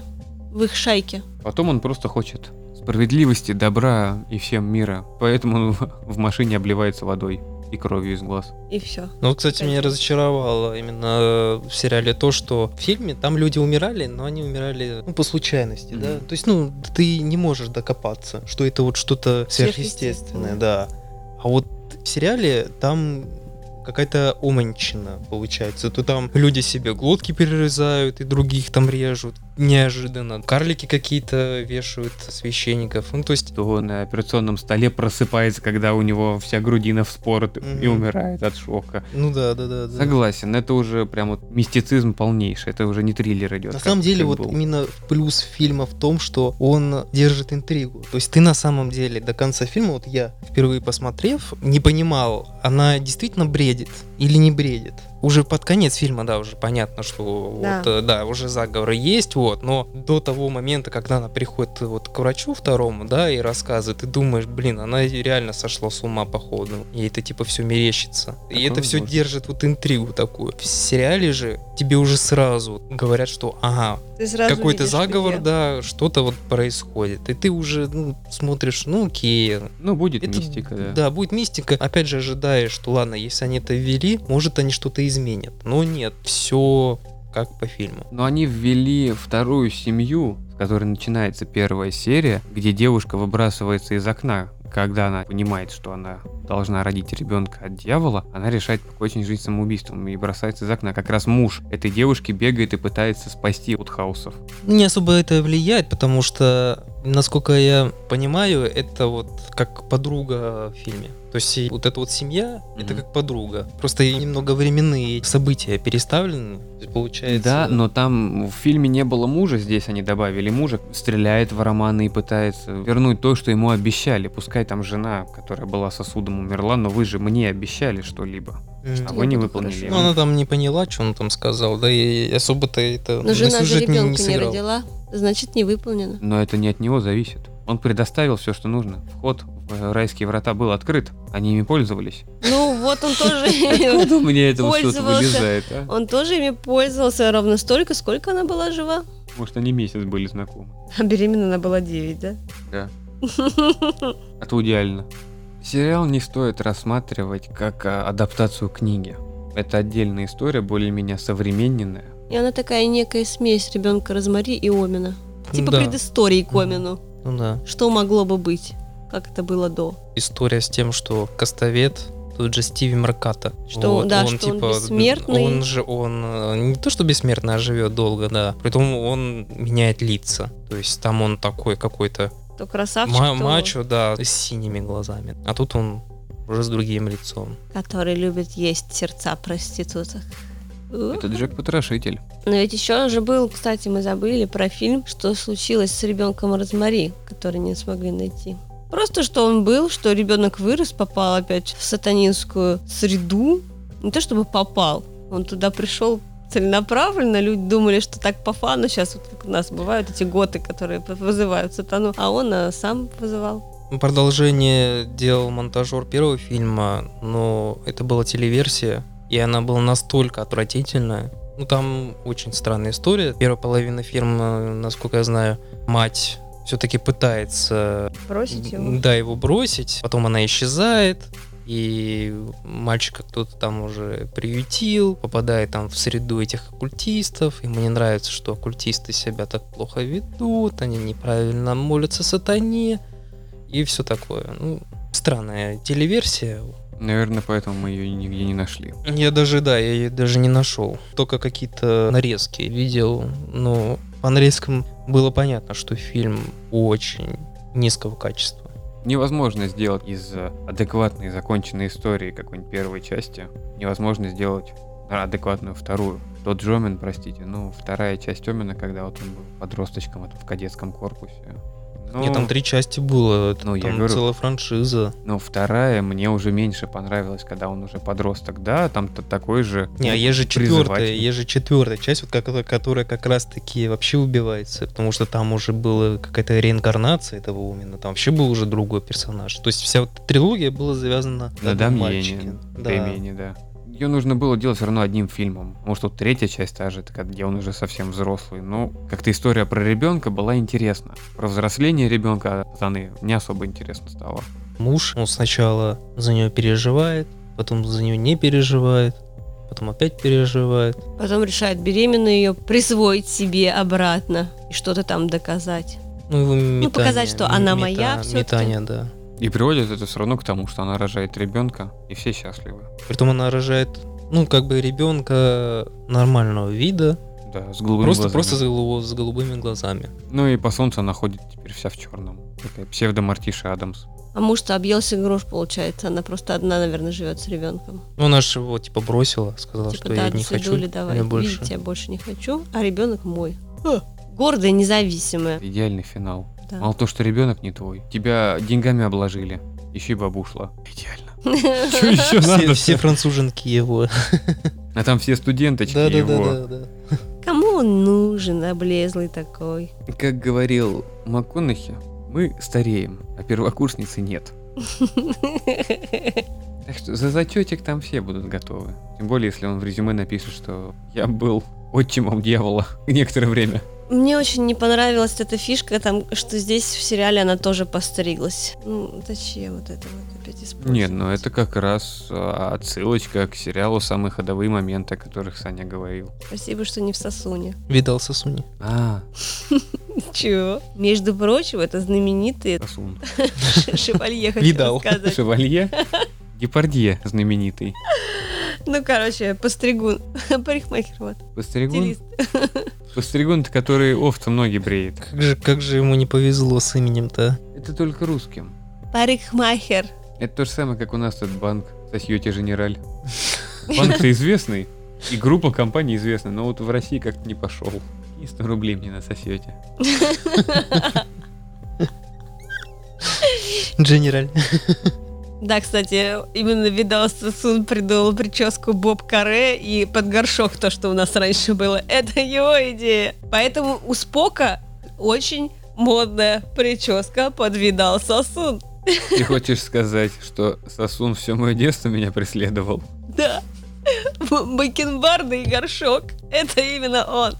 Speaker 2: В их шайке.
Speaker 1: Потом он просто хочет справедливости, добра и всем мира. Поэтому [laughs] он в машине обливается водой и кровью из глаз.
Speaker 2: И все.
Speaker 3: Но, Ну, вот, кстати, меня разочаровало именно в сериале то, что в фильме там люди умирали, но они умирали ну, по случайности, да.
Speaker 1: Мгм.
Speaker 3: То есть, ну, ты не можешь докопаться, что это вот что-то сверхъестественное,
Speaker 2: Сверхъестественное.
Speaker 3: да. А вот в сериале там какая-то уманчина получается. То там люди себе глотки перерезают и других там режут неожиданно. Карлики какие-то вешают священников. Ну, то есть,
Speaker 1: То на операционном столе просыпается, когда у него вся грудина вспорота и
Speaker 3: Мгм.
Speaker 1: умирает от шока.
Speaker 3: ну да, да, да. да.
Speaker 1: Согласен, это уже прям вот мистицизм полнейший, это уже не триллер идет.
Speaker 3: На
Speaker 1: как-
Speaker 3: самом деле,
Speaker 1: как
Speaker 3: вот
Speaker 1: был.
Speaker 3: именно плюс фильма в том, что он держит интригу. То есть ты на самом деле до конца фильма, вот я впервые посмотрев, не понимал, она действительно бредит или не бредит. Уже под конец фильма, да, уже понятно, что
Speaker 2: Да.
Speaker 3: вот, э, да, уже заговоры есть, вот, но до того момента, когда она приходит э, вот к врачу второму, да, и рассказывает, ты думаешь, блин, она реально сошла с ума, походу, ей это типа все мерещится. и
Speaker 1: Такое
Speaker 3: это все
Speaker 1: возможно.
Speaker 3: держит вот интригу такую. В сериале же тебе уже сразу говорят, что ага,
Speaker 2: Ты сразу
Speaker 3: какой-то
Speaker 2: видишь,
Speaker 3: заговор,
Speaker 2: где.
Speaker 3: да, что-то вот происходит. И ты уже ну, смотришь, ну окей.
Speaker 1: Ну, будет
Speaker 3: Это,
Speaker 1: мистика, да.
Speaker 3: будет мистика. Опять же, ожидаешь, что ладно, если они это ввели, может они что-то изменят. Но нет, все как по фильму.
Speaker 1: Но они ввели вторую семью, с которой начинается первая серия, где девушка выбрасывается из окна. Когда она понимает, что она должна родить ребенка от дьявола, она решает покончить жизнь самоубийством и бросается из окна. Как раз муж этой девушки бегает и пытается спасти от хаосов.
Speaker 3: Не особо это влияет, потому что, насколько я понимаю, это вот как подруга в фильме. То есть и вот эта вот семья, это
Speaker 1: Мгм.
Speaker 3: как подруга. Просто и немного временные события переставлены. То есть Получается.
Speaker 1: Э, Да, но там в фильме не было мужа, здесь они добавили мужа, стреляет в Романа и пытается вернуть то, что ему обещали. Пускай там жена, которая была сосудом, умерла, но вы же мне обещали что-либо.
Speaker 3: Мгм.
Speaker 1: А
Speaker 2: Я
Speaker 1: вы не
Speaker 2: буду
Speaker 1: выполнили.
Speaker 2: хорошо.
Speaker 3: Ну,
Speaker 1: Он
Speaker 3: она там не поняла, что он там сказал, да и особо-то это
Speaker 2: Но
Speaker 3: на
Speaker 2: жена же
Speaker 3: сюжет не, не
Speaker 2: ребенка не
Speaker 3: сыграло.
Speaker 2: родила, значит, не [laughs] выполнено.
Speaker 1: Но это не от него зависит. Он предоставил все, что нужно. Вход в э, райские врата был открыт, они ими
Speaker 2: [laughs]
Speaker 1: пользовались.
Speaker 2: Ну, вот он тоже...
Speaker 1: Откуда у меня это вот что-то
Speaker 2: Пользовался.
Speaker 1: вылезает, а?
Speaker 2: Он тоже ими пользовался ровно столько, сколько она была жива.
Speaker 1: Может, они месяц были знакомы.
Speaker 2: А беременна она была 9, да?
Speaker 1: Да. А то идеально. Сериал не стоит рассматривать как а, адаптацию книги. Это отдельная история, более-менее современная.
Speaker 2: И она такая некая смесь ребенка Розмари и Омина. Типа
Speaker 3: да.
Speaker 2: предыстории к
Speaker 3: Мгм.
Speaker 2: Омину.
Speaker 3: Ну да.
Speaker 2: Что могло бы быть? Как это было до?
Speaker 3: История с тем, что Костовет тот же Стиви Марката. типа
Speaker 2: Что, да, что он бессмертный.
Speaker 3: Он же, он э, не то, что бессмертный, а живет долго, да. Притом он меняет лица. То есть там он такой какой-то
Speaker 2: То красавчик,
Speaker 3: ма-
Speaker 2: то-
Speaker 3: мачо, да, с синими глазами. А тут он уже с другим лицом.
Speaker 2: который любит есть сердца проституток. У.
Speaker 1: Это Джек-потрошитель.
Speaker 2: Но ведь еще же был, кстати, мы забыли про фильм, что случилось с ребенком Розмари, который не смогли найти. Просто что он был, что ребенок вырос, попал опять в сатанинскую среду. Не то чтобы попал, он туда пришел целенаправленно, люди думали, что так по фану сейчас, вот как у нас бывают эти готы, которые п- вызывают сатану, а он э, сам вызывал.
Speaker 3: Продолжение делал монтажер первого фильма, но это была телеверсия, и она была настолько отвратительная. Ну, там очень странная история. Первая половина фильма, насколько я знаю, мать все-таки пытается
Speaker 2: Бросить его.
Speaker 3: м, да, его бросить, потом она исчезает, и мальчика кто-то там уже приютил, попадает там в среду этих оккультистов, ему не нравится, что оккультисты себя так плохо ведут, они неправильно молятся сатане, и все такое. Ну, странная телеверсия.
Speaker 1: Наверное, поэтому мы ее нигде не нашли.
Speaker 3: Я даже, да, я ее даже не нашел. Только какие-то нарезки видел. Но по нарезкам было понятно, что фильм очень низкого качества.
Speaker 1: Невозможно сделать из э, адекватной законченной истории какой-нибудь первой части. Невозможно сделать адекватную вторую. Тот же Омен, простите, ну, вторая часть Омена, когда вот он был подросточком это в кадетском корпусе. Ну,
Speaker 3: Нет, там три части было. это
Speaker 1: ну, я
Speaker 3: там
Speaker 1: говорю.
Speaker 3: целая франшиза.
Speaker 1: ну, вторая мне уже меньше понравилась, когда он уже подросток. Да, там-то такой же...
Speaker 3: Не, а есть же четвертая,
Speaker 1: призыватель.
Speaker 3: есть же четвертая часть, вот как- которая как раз-таки вообще убивается, потому что там уже была какая-то реинкарнация этого Умина, там вообще был уже другой персонаж. То есть вся вот эта трилогия была завязана
Speaker 1: На
Speaker 3: одном
Speaker 1: Дамьене.
Speaker 3: Да.
Speaker 1: Дамьене, да. Ее нужно было делать все равно одним фильмом. Может, вот третья часть та же, такая, где он уже совсем взрослый. Но как-то история про ребенка была интересна. Про взросление ребенка пацаны не особо интересно стало.
Speaker 3: Муж, он сначала за нее переживает, потом за нее не переживает, потом опять переживает.
Speaker 2: Потом решает беременную ее присвоить себе обратно и что-то там доказать.
Speaker 3: Ну, его метание,
Speaker 2: показать, что она
Speaker 3: мета-
Speaker 2: моя всё-таки.
Speaker 3: Метание, да.
Speaker 1: И приводит это все равно к тому, что она рожает ребенка, и все счастливы.
Speaker 3: Притом она рожает, ну, как бы ребенка нормального вида,
Speaker 1: Да, с голубыми
Speaker 3: просто,
Speaker 1: глазами.
Speaker 3: просто с, голу- с голубыми глазами.
Speaker 1: Ну и по солнцу она ходит теперь вся в черном. Такая псевдо-Мартиша Адамс.
Speaker 2: А муж-то объелся груш, получается. Она просто одна, наверное, живет с ребенком.
Speaker 3: Ну, она же его, типа, бросила, сказала,
Speaker 2: типа,
Speaker 3: что
Speaker 2: да,
Speaker 3: я не хочу
Speaker 2: отсидули, давай.
Speaker 3: её
Speaker 2: Видите,
Speaker 3: больше.
Speaker 2: я больше не хочу, а ребенок мой. Ха, Гордая, независимая.
Speaker 1: Идеальный финал.
Speaker 2: Да.
Speaker 1: Мало то, что ребенок не твой. Тебя деньгами обложили. Еще и бабу ушла. Идеально. Что еще
Speaker 3: Все,
Speaker 1: надо?
Speaker 3: все француженки его.
Speaker 1: А там все студенточки его.
Speaker 3: да.
Speaker 2: Кому он нужен, облезлый такой?
Speaker 1: Как говорил МакКонахи, мы стареем, а первокурсницы нет. Так что за зачетик там все будут готовы. Тем более, если он в резюме напишет, что я был отчимом дьявола некоторое время.
Speaker 2: Мне очень не понравилась эта фишка, там, что здесь в сериале она тоже постриглась. Ну, зачем вот это вот опять использовать?
Speaker 1: Нет, ну это как раз а, отсылочка к сериалу «Самые ходовые моменты», о которых Саня говорил.
Speaker 2: Спасибо, что не в сосуне. [laughs]
Speaker 3: Видал сосуни.
Speaker 1: А,
Speaker 2: Чего? Между прочим, это
Speaker 3: [laughs]
Speaker 2: знаменитые
Speaker 1: Сосун.
Speaker 2: шевалье, хотела
Speaker 3: Видал.
Speaker 2: сказать.
Speaker 1: Шевалье? Гепардье знаменитый.
Speaker 2: Ну, короче, постригун. [laughs] Парикмахер, вот.
Speaker 1: Постригун?
Speaker 2: Стилист.
Speaker 1: Постригун, который овца ноги бреет.
Speaker 3: Как же, как же ему не повезло с именем-то. а?
Speaker 1: Это только русским.
Speaker 2: Парикмахер.
Speaker 1: Это то же самое, как у нас этот банк Сосьете
Speaker 2: [laughs]
Speaker 1: Женераль. Банк-то известный, и группа компаний известна, но вот в России как-то не пошел. И 100 рублей мне насосете.
Speaker 3: Дженераль.
Speaker 2: Да, кстати, именно Видал Сун придумал прическу Боб Каре и под горшок то, что у нас раньше было. [laughs] Это его идея. Поэтому у Спока очень модная прическа под Видал Сосун. [laughs]
Speaker 1: Ты хочешь сказать, что сосун все мое детство меня преследовал?
Speaker 2: Да. Б- Бакенбарды и горшок. [laughs] Это именно он.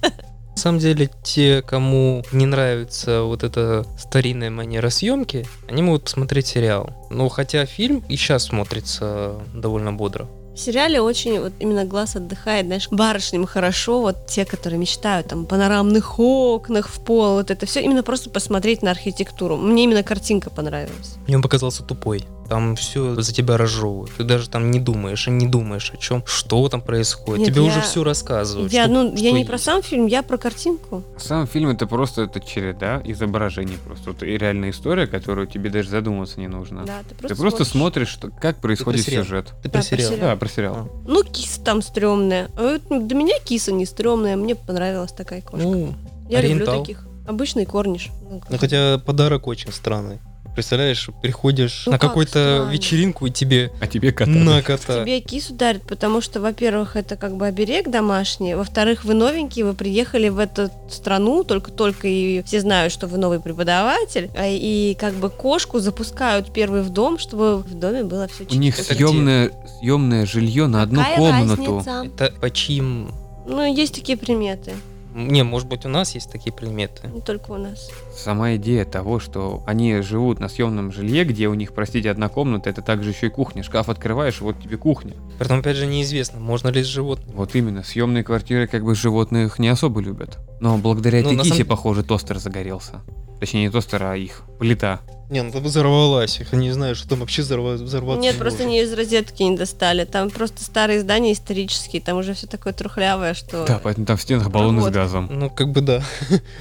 Speaker 3: На самом деле, те, кому не нравится вот эта старинная манера съемки, они могут смотреть сериал. Ну, хотя фильм и сейчас смотрится довольно бодро.
Speaker 2: В сериале очень вот именно глаз отдыхает, знаешь, барышням хорошо, вот те, которые мечтают там о панорамных окнах в пол, вот это все, именно просто посмотреть на архитектуру. Мне именно картинка понравилась.
Speaker 3: Мне он показался тупой. Там все за тебя разжевывают. Ты даже там не думаешь и не думаешь о чем, что там происходит.
Speaker 2: Нет,
Speaker 3: Тебе
Speaker 2: я-
Speaker 3: уже все рассказывают.
Speaker 2: я,
Speaker 3: что-
Speaker 2: ну,
Speaker 3: что
Speaker 2: я не
Speaker 3: есть.
Speaker 2: про сам фильм, я про картинку.
Speaker 1: Сам фильм это просто это череда изображений просто. Вот и реальная история, которую тебе даже задумываться не нужно.
Speaker 2: Да, ты просто,
Speaker 1: Ты просто
Speaker 2: смотришь.
Speaker 1: смотришь, что- как происходит
Speaker 3: сериал. А.
Speaker 1: сюжет.
Speaker 3: Ты
Speaker 2: Да, про
Speaker 3: про сериал.
Speaker 2: сериал.
Speaker 1: Да, про сериал.
Speaker 2: Ну, киса там стрёмная. А вот, ну, Для меня киса не стрёмная, мне понравилась такая кошка.
Speaker 3: Ну,
Speaker 2: я
Speaker 3: ориентал.
Speaker 2: люблю таких. Обычный корниш. Ну, как-
Speaker 3: ну, хотя подарок очень странный. Представляешь, приходишь
Speaker 2: Ну
Speaker 3: на
Speaker 2: как
Speaker 3: какую-то
Speaker 2: странный?
Speaker 3: вечеринку и тебе
Speaker 1: А тебе кота.
Speaker 3: на кота.
Speaker 2: Тебе кису дарят, потому что, во-первых, это как бы оберег домашний, во-вторых, вы новенькие, вы приехали в эту страну, только-только и все знают, что вы новый преподаватель, а и как бы кошку запускают первый в дом, чтобы в доме было все
Speaker 1: У них
Speaker 3: Это где?
Speaker 1: съемное, съемное жилье на одну комнату.
Speaker 3: Это по чьим...
Speaker 2: Ну, есть такие приметы,
Speaker 3: Не, может быть, у нас есть такие приметы.
Speaker 2: не только у нас.
Speaker 1: Сама идея того, что они живут на съемном жилье, где у них, простите, одна комната, это также еще и кухня. Шкаф открываешь, вот тебе кухня.
Speaker 3: Притом, опять же, неизвестно, можно ли с животным.
Speaker 1: Вот именно, съемные квартиры как бы животных не особо любят. Но благодаря
Speaker 3: Ну,
Speaker 1: этой
Speaker 3: на
Speaker 1: кисе,
Speaker 3: самом-
Speaker 1: похоже, тостер загорелся. Точнее, не тостер, а их плита.
Speaker 3: Не, она взорвалась. Я не знаю, что там вообще взорва- взорваться
Speaker 2: Нет, просто
Speaker 3: может.
Speaker 2: не из розетки не достали. Там просто старые здания исторические, там уже все такое трухлявое, что...
Speaker 1: Да, поэтому там в стенах баллоны
Speaker 2: Вот.
Speaker 1: с
Speaker 3: [laughs]
Speaker 1: газом.
Speaker 3: Ну, как бы да.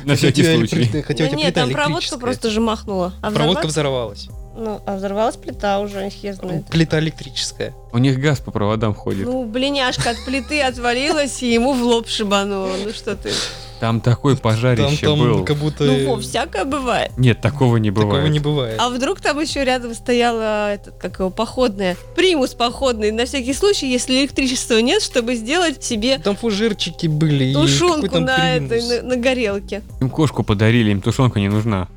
Speaker 1: На всякий
Speaker 3: Хотя
Speaker 1: случай.
Speaker 3: электри- Хотя у
Speaker 2: Да
Speaker 3: тебя
Speaker 2: Ну нет,
Speaker 3: плита
Speaker 2: там проводка
Speaker 3: электрическая.
Speaker 2: просто же махнула. А,
Speaker 3: Проводка
Speaker 2: взорвалась-
Speaker 3: взорвалась. Ну,
Speaker 2: ну, а взорвалась плита уже, хер знает.
Speaker 3: Плита электрическая.
Speaker 1: У них газ по проводам ходит.
Speaker 2: Ну, блиняшка от плиты отвалилась, и ему в лоб шибануло. Ну что ты?
Speaker 1: Там такой
Speaker 3: Там,
Speaker 1: пожарище
Speaker 3: там
Speaker 1: был.
Speaker 3: как будто
Speaker 2: Ну, Вов, всякое бывает.
Speaker 1: Нет, такого не
Speaker 3: такого не
Speaker 1: бывает.
Speaker 3: бывает.
Speaker 2: А вдруг там еще рядом стояла этот, как его, походная, примус походный, на всякий случай, если электричества нет, чтобы сделать себе
Speaker 3: Там фужерчики были. и какой
Speaker 2: тушенку
Speaker 3: там
Speaker 2: на,
Speaker 3: примус.
Speaker 2: этой, на, на горелке.
Speaker 1: Им кошку подарили, им тушенка не нужна.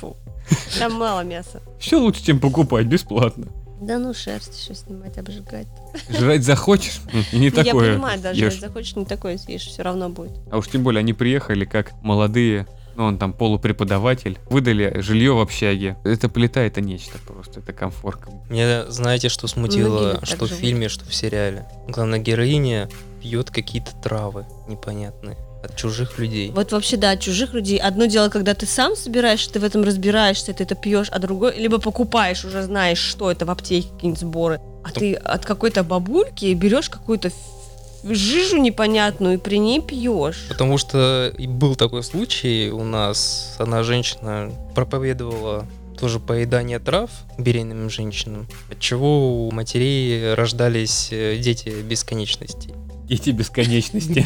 Speaker 2: Фу. Там мало мяса.
Speaker 1: Все лучше, чем покупать бесплатно.
Speaker 2: Да ну шерсть еще снимать, обжигать.
Speaker 1: Жрать захочешь? М, И не
Speaker 2: Ну, Я
Speaker 1: такое
Speaker 2: понимаю, даже
Speaker 1: ешь.
Speaker 2: если захочешь, не такое съешь, все равно будет.
Speaker 1: А уж тем более они приехали как молодые, ну он там полупреподаватель, выдали жилье в общаге. Это плита, это нечто просто, это комфорт.
Speaker 3: Меня, знаете, что
Speaker 2: Многие
Speaker 3: смутило,
Speaker 2: так
Speaker 3: что в
Speaker 2: живут.
Speaker 3: фильме, что в сериале? Главная героиня пьет какие-то травы непонятные от чужих людей.
Speaker 2: Вот вообще, да, от чужих людей. Одно дело, когда ты сам собираешь, ты в этом разбираешься, ты это пьешь, а другое, либо покупаешь, уже знаешь, что это в аптеке, какие-нибудь сборы. А ты от какой-то бабульки берешь какую-то ф- жижу непонятную и при ней пьешь.
Speaker 3: Потому что и был такой случай у нас, одна женщина проповедовала тоже поедание трав беременным женщинам, от чего у матерей рождались э, дети бесконечности.
Speaker 1: Дети бесконечности.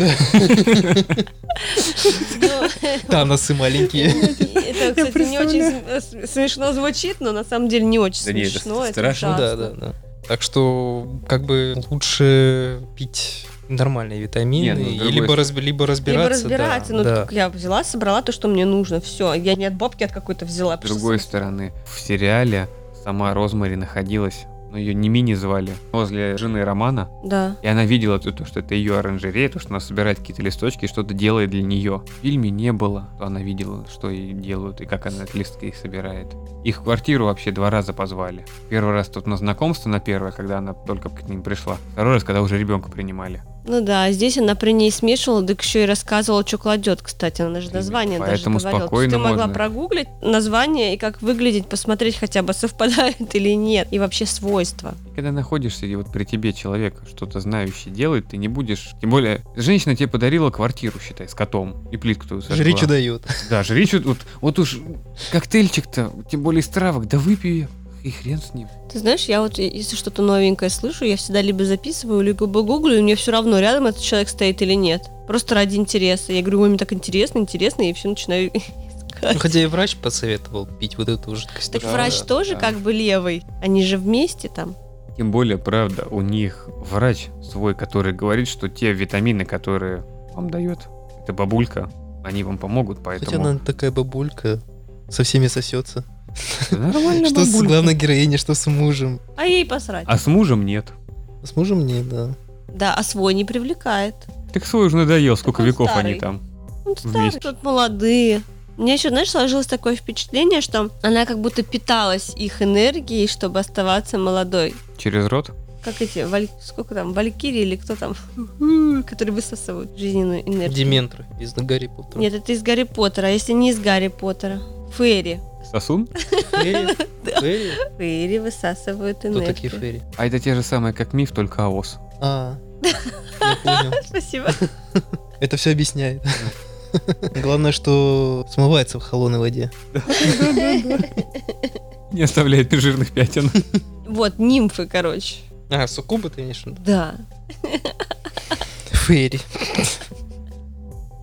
Speaker 3: Да, носы маленькие.
Speaker 2: Ну, Это, кстати, не очень см- э, смешно звучит, но на самом деле не очень
Speaker 1: Да не, это
Speaker 2: смешно. это
Speaker 1: страшно.
Speaker 3: Ну [laughs] да,
Speaker 2: ужасно.
Speaker 3: да, да. Так что, как бы, лучше пить нормальные витамины,
Speaker 1: Не, ну, с
Speaker 3: и
Speaker 1: другой
Speaker 3: либо,
Speaker 1: стороны-
Speaker 3: разби- либо
Speaker 2: Либо
Speaker 3: разбираться. да,
Speaker 2: разбираться, ну
Speaker 3: да.
Speaker 2: так я взяла, собрала то, что мне нужно, все. Я не от бабки от какой-то взяла.
Speaker 1: С другой стороны, в сериале сама Розмари находилась, но ее не мини звали, возле жены Романа,
Speaker 2: Да.
Speaker 1: и она видела то, то, что это ее оранжерея, то, что она собирает какие-то листочки и что-то делает для нее. В фильме не было, то она видела, что ей делают и как она эти листки собирает. Их в квартиру вообще два раза позвали. Первый раз тут на знакомство, на первое, когда она только к ним пришла. Второй раз, когда уже ребенка принимали.
Speaker 2: Ну да, а здесь она при ней смешивала, так еще и рассказывала, что кладет, кстати. Она же
Speaker 1: Именно,
Speaker 2: название
Speaker 1: поэтому
Speaker 2: даже говорила. То есть
Speaker 1: спокойно
Speaker 2: ты могла
Speaker 1: можно.
Speaker 2: прогуглить название и как выглядеть, посмотреть хотя бы совпадает [laughs] или нет. И вообще свойства.
Speaker 1: И когда находишься, и вот при тебе человек что-то знающий делает, ты не будешь... Тем более, женщина тебе подарила квартиру, считай, с котом. И плитку твою сожгла.
Speaker 3: Жричу дают.
Speaker 1: Да, жри чё- Вот, вот уж коктейльчик-то, тем более из травок, да выпей её, и хрен с ним.
Speaker 2: Ты знаешь, я вот, э, если что-то новенькое слышу, я всегда либо записываю, либо гуглю, и мне все равно, рядом этот человек стоит или нет. Просто ради интереса. Я говорю, ой, мне так интересно, интересно, и все начинаю искать.
Speaker 3: [laughs] Ну, хотя и врач посоветовал пить вот эту жидкость.
Speaker 2: Так
Speaker 1: Да,
Speaker 2: врач
Speaker 1: да,
Speaker 2: тоже
Speaker 1: да.
Speaker 2: как бы левый. Они же вместе там.
Speaker 1: Тем более, правда, у них врач свой, который говорит, что те витамины, которые вам дает эта бабулька, они вам помогут,
Speaker 3: Хотя
Speaker 1: поэтому...
Speaker 3: она такая бабулька, со всеми сосется.
Speaker 1: Да Нормально,
Speaker 3: [laughs] Что с
Speaker 1: бабулька.
Speaker 3: главной героиней, что с мужем.
Speaker 2: А ей посрать.
Speaker 1: А с мужем нет.
Speaker 3: С мужем не, да.
Speaker 2: Да, а свой не привлекает. Ну,
Speaker 1: Так свой уже надоел, сколько
Speaker 2: он
Speaker 1: веков
Speaker 2: старый.
Speaker 1: они там.
Speaker 2: Он старый,
Speaker 1: Вместе.
Speaker 2: тут молодые. У меня еще, знаешь, сложилось такое впечатление, что она как будто питалась их энергией, чтобы оставаться молодой.
Speaker 1: Через рот?
Speaker 2: Как эти, валь- сколько там, валькирии или кто там, [laughs] которые высасывают жизненную энергию.
Speaker 3: Дементры из Гарри Поттера.
Speaker 2: Нет, это из Гарри Поттера, а если не из Гарри Поттера? Фэри. [laughs]
Speaker 1: Сосун?
Speaker 3: Фейри? Фейри?
Speaker 2: Фэри высасывают
Speaker 3: Кто
Speaker 2: энергию.
Speaker 3: такие фейри?
Speaker 1: А это те же самые, как миф, только АОС.
Speaker 3: А, я понял.
Speaker 2: [laughs] Спасибо. [laughs]
Speaker 3: Это все объясняет. [laughs] Главное, что смывается в холодной воде.
Speaker 1: Не оставляет жирных пятен.
Speaker 2: Вот, нимфы, короче.
Speaker 3: А, суккубы, ты имеешь в виду?
Speaker 2: Да.
Speaker 3: Фейри.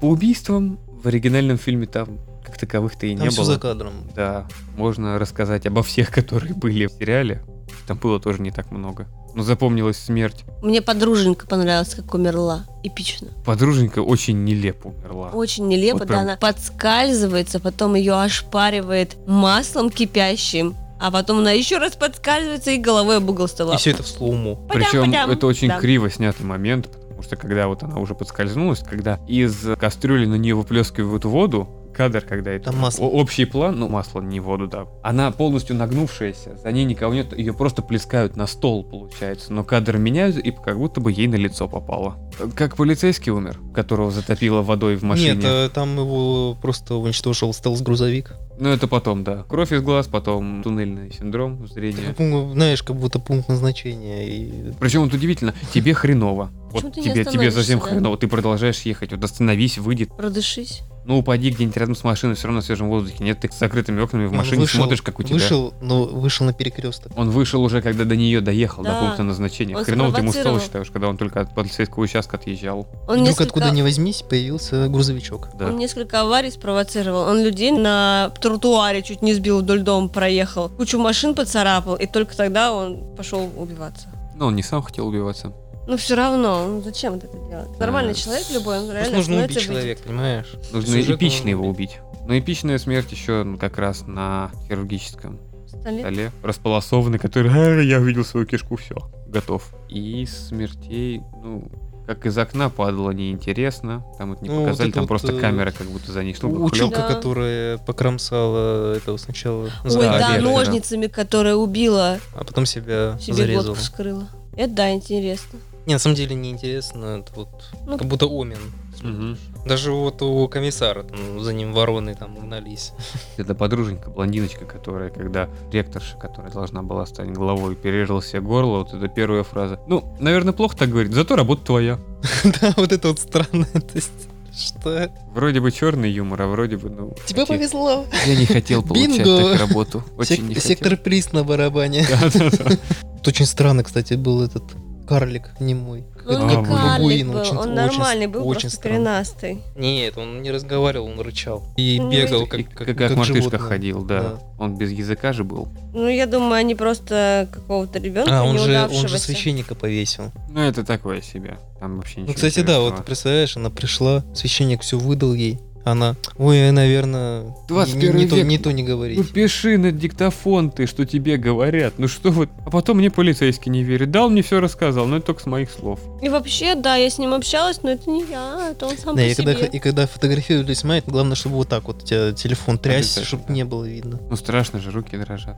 Speaker 1: По убийствам в оригинальном фильме там как таковых-то и
Speaker 3: Там
Speaker 1: не
Speaker 3: все
Speaker 1: было.
Speaker 3: за кадром.
Speaker 1: Да, можно рассказать обо всех, которые были в сериале. Там было тоже не так много. Но запомнилась смерть.
Speaker 2: Мне подруженька понравилась, как умерла. Эпично.
Speaker 1: Подруженька очень нелепо умерла.
Speaker 2: Очень нелепо,
Speaker 1: Вот
Speaker 2: да,
Speaker 1: прям.
Speaker 2: она подскальзывается, потом ее ошпаривает маслом кипящим, а потом она еще раз подскальзывается и головой об угол стола.
Speaker 3: И все это в слоуму.
Speaker 1: Причем
Speaker 2: Пойдем, пойдем.
Speaker 1: это очень
Speaker 2: Да.
Speaker 1: криво снятый момент, потому что когда вот она уже подскользнулась, когда из кастрюли на нее выплескивают воду, кадр, когда это
Speaker 3: Там масло.
Speaker 1: о- общий план, ну масло не воду, да. Она полностью нагнувшаяся, за ней никого нет, ее просто плескают на стол, получается. Но кадр меняют и как будто бы ей на лицо попало. Как полицейский умер, которого затопило водой в машине.
Speaker 3: Нет, э, там его просто уничтожил стелс-грузовик.
Speaker 1: Ну это потом, да. Кровь из глаз, потом туннельный синдром зрения.
Speaker 3: Ну, Знаешь, как будто пункт назначения. И...
Speaker 1: Причем вот удивительно, тебе хреново.
Speaker 2: Почему
Speaker 1: Вот
Speaker 2: ты не
Speaker 1: тебе, тебе совсем
Speaker 2: остановишься, да?
Speaker 1: хреново, ты продолжаешь ехать. Вот остановись, выйди,
Speaker 2: Продышись.
Speaker 1: Ну, упади где-нибудь рядом с машиной, все равно на свежем воздухе. Нет, ты с закрытыми окнами в
Speaker 3: Он
Speaker 1: машине
Speaker 3: вышел-
Speaker 1: смотришь, как у тебя.
Speaker 3: Вышел, но вышел на перекресток.
Speaker 1: Он вышел уже, когда до нее доехал,
Speaker 2: Да.
Speaker 1: до пункта назначения.
Speaker 2: Он
Speaker 1: Хреново ты ему стало
Speaker 2: спровоцировал.
Speaker 1: считаешь, когда он только от полицейского участка отъезжал.
Speaker 2: Он
Speaker 3: Вдруг
Speaker 2: Ну, несколько-
Speaker 3: откуда ни возьмись, появился грузовичок.
Speaker 1: Да.
Speaker 2: Он несколько аварий спровоцировал. Он людей на тротуаре чуть не сбил, вдоль дома проехал. Кучу машин поцарапал, и только тогда он пошел убиваться.
Speaker 1: Но он не сам хотел убиваться.
Speaker 2: Но все равно, ну зачем это делать? Нормальный
Speaker 1: Э,
Speaker 2: человек любой, он
Speaker 3: А, Просто
Speaker 2: реально
Speaker 3: нужно
Speaker 2: остановится
Speaker 3: убить
Speaker 2: и выйдет.
Speaker 3: человека, понимаешь?
Speaker 1: Нужно
Speaker 3: Сюжет
Speaker 1: эпично
Speaker 3: нужно
Speaker 1: его убить. Но эпичная смерть еще ну, как раз на хирургическом
Speaker 2: Пистолет.
Speaker 1: столе. Располосованный, который «А, я увидел свою кишку, все, готов. И смертей, ну, как из окна падало, неинтересно. Там это не
Speaker 3: Ну, вот
Speaker 1: показали,
Speaker 3: это
Speaker 1: там
Speaker 3: вот,
Speaker 1: просто
Speaker 3: э,
Speaker 1: камера как будто за ней шла.
Speaker 3: Училка,
Speaker 2: Да.
Speaker 3: которая покромсала этого сначала
Speaker 2: Ой,
Speaker 1: Да,
Speaker 2: да,
Speaker 1: верно.
Speaker 3: зарезала,
Speaker 2: ножницами, которая убила
Speaker 3: а потом себя
Speaker 2: себе
Speaker 3: зарезала.
Speaker 2: глотку вскрыла. Это да, интересно.
Speaker 3: Не, на самом деле неинтересно, это вот
Speaker 2: Ну,
Speaker 3: как будто омен.
Speaker 1: Мгм.
Speaker 3: Даже вот у комиссара, там, за ним вороны там угнались.
Speaker 1: Это подруженька, блондиночка, которая, когда ректорша, которая должна была стать главой, перерезала себе горло, вот это первая фраза. Ну, наверное, плохо так говорить, зато работа твоя.
Speaker 3: [laughs] Да, вот это вот странно, [laughs] то есть, что?
Speaker 1: Вроде бы черный юмор, а вроде бы, ну...
Speaker 3: Тебе
Speaker 1: такие-
Speaker 3: повезло,
Speaker 1: Я не хотел получать
Speaker 3: Бинго!
Speaker 1: так работу. Очень не
Speaker 3: Сек-
Speaker 1: хотел.
Speaker 3: сектор приз на [laughs] барабане.
Speaker 1: Да-да-да.
Speaker 3: Вот Очень странно, кстати, был этот карлик немой.
Speaker 2: Ну, он
Speaker 1: Это
Speaker 2: не
Speaker 1: как
Speaker 2: карлик
Speaker 3: бабуин,
Speaker 2: был,
Speaker 3: А, очень-
Speaker 2: он
Speaker 3: очень
Speaker 2: нормальный был,
Speaker 3: очень
Speaker 2: просто
Speaker 3: странно.
Speaker 2: коренастый.
Speaker 3: Нет, он не разговаривал, он рычал. И
Speaker 2: Ну,
Speaker 3: бегал,
Speaker 1: И
Speaker 3: как,
Speaker 1: Как, как мартышка
Speaker 3: животное.
Speaker 1: ходил, да.
Speaker 3: Да.
Speaker 1: Он без языка же был.
Speaker 2: Ну, я думаю, они просто какого-то ребенка
Speaker 3: А, он же, он же
Speaker 2: неудавшегося.
Speaker 3: священника повесил.
Speaker 1: Ну, это такое себе. Там вообще ничего
Speaker 3: Ну, кстати, да, вот
Speaker 1: интересного.
Speaker 3: представляешь, она пришла, священник все выдал ей. Она, ой, наверное,
Speaker 1: 21
Speaker 3: не, то,
Speaker 1: век.
Speaker 3: не то не
Speaker 1: Ну
Speaker 3: говорить.
Speaker 1: пиши на диктофон ты, что тебе говорят. Ну что вот. А потом мне полицейский не верит. Да, он мне все рассказал, но это только с моих слов.
Speaker 2: И вообще, да, я с ним общалась, но это не я, это он сам
Speaker 3: Да,
Speaker 2: по
Speaker 3: и когда,
Speaker 2: себе.
Speaker 3: и когда фотографировались мать, главное, чтобы вот так вот у тебя телефон трясся,
Speaker 1: Обязательно,
Speaker 3: чтобы
Speaker 1: да.
Speaker 3: не было видно.
Speaker 1: Ну страшно же, руки дрожат.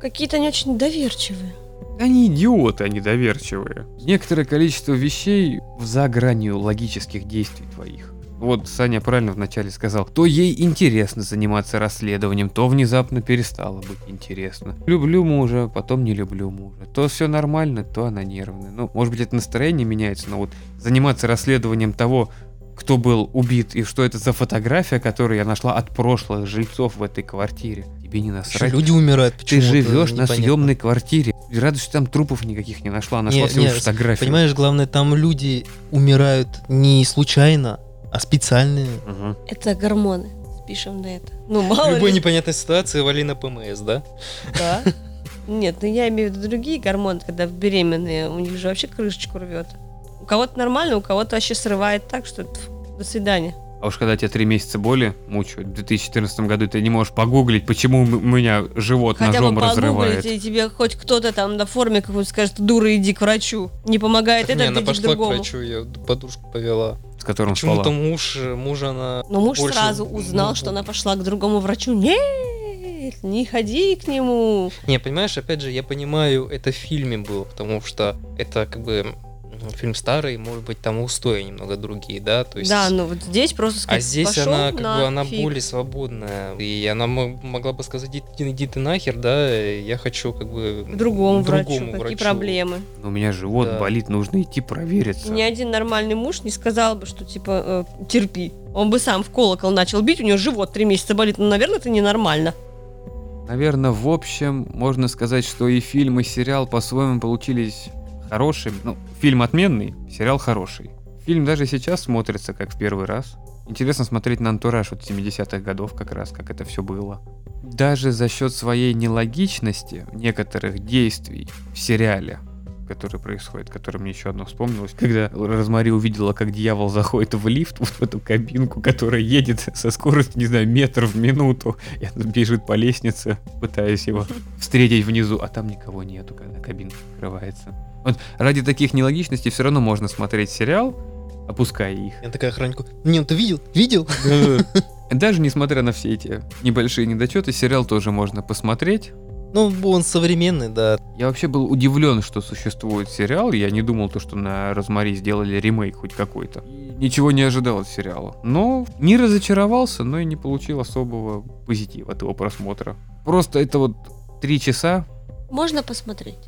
Speaker 2: Какие-то они очень доверчивые.
Speaker 1: Они идиоты, они доверчивые. Некоторое количество вещей за гранью логических действий твоих. Вот Саня правильно вначале сказал, то ей интересно заниматься расследованием, то внезапно перестало быть интересно. Люблю мужа, потом не люблю мужа. То все нормально, то она нервная. Ну, может быть, это настроение меняется, но вот заниматься расследованием того, кто был убит и что это за фотография, которую я нашла от прошлых жильцов в этой квартире. Тебе не
Speaker 3: Еще
Speaker 1: насрать.
Speaker 3: люди умирают
Speaker 1: Ты
Speaker 3: почему-то.
Speaker 1: живешь на
Speaker 3: непонятно.
Speaker 1: съемной квартире. И Радуюсь, что там трупов никаких не нашла. а Нашла
Speaker 3: Не,
Speaker 1: всего
Speaker 3: не,
Speaker 1: лишь фотографию.
Speaker 3: Понимаешь, главное, там люди умирают не случайно, а специально.
Speaker 1: Мгм.
Speaker 2: Это гормоны. Спишем на это. Ну, мало
Speaker 3: Любой
Speaker 2: ли.
Speaker 3: непонятной ситуации вали на ПМС, да?
Speaker 2: [laughs] Да. Нет, ну я имею в виду другие гормоны, когда беременные, у них же вообще крышечку рвет. У кого-то нормально, у кого-то вообще срывает так, что тьфу, до свидания.
Speaker 1: А уж когда тебя три месяца боли мучают, в 2014 году ты не можешь погуглить, почему м- у меня живот
Speaker 2: Хотя бы
Speaker 1: ножом
Speaker 2: погуглить,
Speaker 1: разрывает.
Speaker 2: и тебе хоть кто-то там на форме какой-то скажет, дура, иди к врачу. Не помогает А это,
Speaker 3: Не, она
Speaker 2: иди к
Speaker 3: пошла к
Speaker 2: другому.
Speaker 3: врачу, ее подушку повела.
Speaker 1: С которым
Speaker 3: Почему-то
Speaker 1: спала.
Speaker 3: муж, мужа она...
Speaker 2: Но муж
Speaker 3: Больше,
Speaker 2: сразу
Speaker 3: ну,
Speaker 2: узнал, что она пошла к другому врачу. Нет, не ходи к нему.
Speaker 3: Не, понимаешь, опять же, я понимаю, это в фильме было, потому что это как бы м, фильм старый, может быть, там устои немного другие, да? То есть...
Speaker 2: Да, ну вот здесь просто
Speaker 3: А
Speaker 2: сказать,
Speaker 3: здесь
Speaker 2: «Пошёл
Speaker 3: она как
Speaker 2: на
Speaker 3: бы она
Speaker 2: фиг».
Speaker 3: более свободная. И она мо- могла бы сказать, иди, иди ты нахер, да, я хочу как бы...
Speaker 2: К другому, врачу, какие
Speaker 3: врачу».
Speaker 2: проблемы.
Speaker 1: Но У меня живот
Speaker 3: Да.
Speaker 1: болит, нужно идти провериться.
Speaker 2: Ни один нормальный муж не сказал бы, что типа э, терпи. Он бы сам в колокол начал бить, у него живот три месяца болит. Ну, наверное, это ненормально.
Speaker 1: Наверное, в общем, можно сказать, что и фильм, и сериал по-своему получились хорошими. Ну, фильм отменный, сериал хороший. Фильм даже сейчас смотрится как в первый раз. Интересно смотреть на антураж вот 70-х годов как раз, как это все было. Даже за счет своей нелогичности некоторых действий в сериале, который происходит, который мне еще одно вспомнилось, когда Розмари увидела, как дьявол заходит в лифт, вот в эту кабинку, которая едет со скоростью, не знаю, метр в минуту, и она бежит по лестнице, пытаясь его встретить внизу, а там никого нету, когда кабинка открывается. Вот ради таких нелогичностей все равно можно смотреть сериал, опуская их.
Speaker 3: Я такая охраннику, не, ну ты видел? Видел?
Speaker 1: Даже несмотря на все эти небольшие недочеты, сериал тоже можно посмотреть.
Speaker 3: [laughs] Ну, он современный, да.
Speaker 1: Я вообще был удивлен, что существует сериал. Я не думал, то, что на Розмари сделали ремейк хоть какой-то. И Ничего не ожидал от сериала. Но не разочаровался, но и не получил особого позитива от его просмотра. Просто это вот три часа.
Speaker 2: Можно посмотреть?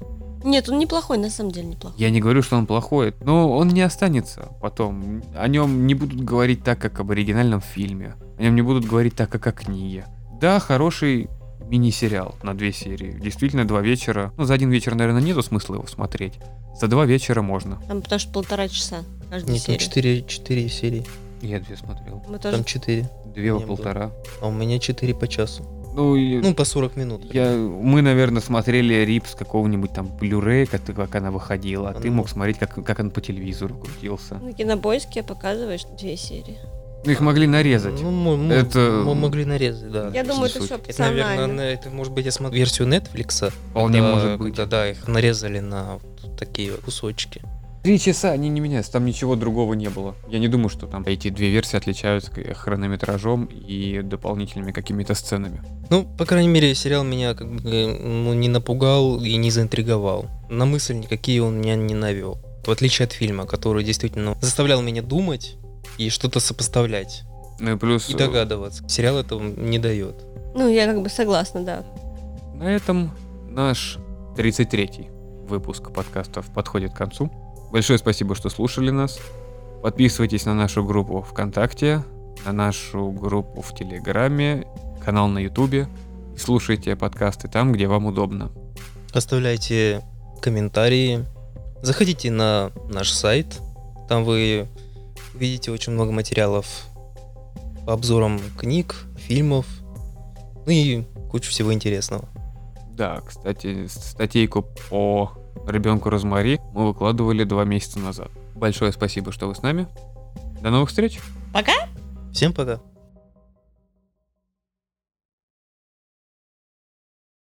Speaker 2: Нет, он неплохой, на самом деле неплохой.
Speaker 1: Я не говорю, что он плохой, но он не останется потом. О нем не будут говорить так, как об оригинальном фильме. О нем не будут говорить так, как о книге. Да, хороший мини-сериал на две серии. Действительно, два вечера. Ну, за один вечер, наверное, нету смысла его смотреть. За два вечера можно.
Speaker 2: Там потому что полтора часа каждая
Speaker 3: Нет, там
Speaker 2: серия.
Speaker 3: 4, 4 серии.
Speaker 1: Я две смотрел.
Speaker 2: Мы тоже
Speaker 3: Там 4.
Speaker 1: Две по
Speaker 3: Не,
Speaker 1: полтора.
Speaker 3: А у меня 4 по часу.
Speaker 1: Ну, и-
Speaker 3: Ну, по 40 минут.
Speaker 1: я, мы, наверное, смотрели рипс какого-нибудь там блюре, как, как она выходила, а ты
Speaker 3: Ну.
Speaker 1: мог смотреть, как, как он по телевизору крутился.
Speaker 2: на кинобойске показываешь две серии.
Speaker 1: Ну, Их могли нарезать.
Speaker 3: Ну, мы, мы-
Speaker 1: Это-
Speaker 3: мы могли нарезать, да.
Speaker 2: Я
Speaker 1: Отличная
Speaker 2: думаю, это
Speaker 1: суть.
Speaker 2: все
Speaker 3: Это, наверное,
Speaker 2: опционально.
Speaker 3: на- это, может быть, я смотрел версию Netflix.
Speaker 1: Вполне может быть.
Speaker 3: Да, да, их нарезали на вот такие вот кусочки.
Speaker 1: Три часа, они не меняются, там ничего другого не было. Я не думаю, что там эти две версии отличаются к- хронометражом и дополнительными какими-то сценами.
Speaker 3: Ну, по крайней мере, сериал меня как бы ну, не напугал и не заинтриговал. На мысль никакие он меня не навел. В отличие от фильма, который действительно заставлял меня думать и что-то сопоставлять
Speaker 1: Ну и плюс...
Speaker 3: и
Speaker 1: э,
Speaker 3: догадываться. Сериал этого не дает.
Speaker 2: Ну, я как бы согласна, да.
Speaker 1: На этом наш 33-й выпуск подкастов подходит к концу. Большое спасибо, что слушали нас. Подписывайтесь на нашу группу ВКонтакте, на нашу группу в Телеграме, канал на Ютубе. И Слушайте подкасты там, где вам удобно.
Speaker 3: Оставляйте комментарии. Заходите на наш сайт. Там вы увидите очень много материалов по обзорам книг, фильмов, ну и кучу всего интересного.
Speaker 1: Да, кстати, статейку по ребенку Розмари мы выкладывали два месяца назад. Большое спасибо, что вы с нами. До новых встреч!
Speaker 2: Пока!
Speaker 3: Всем пока!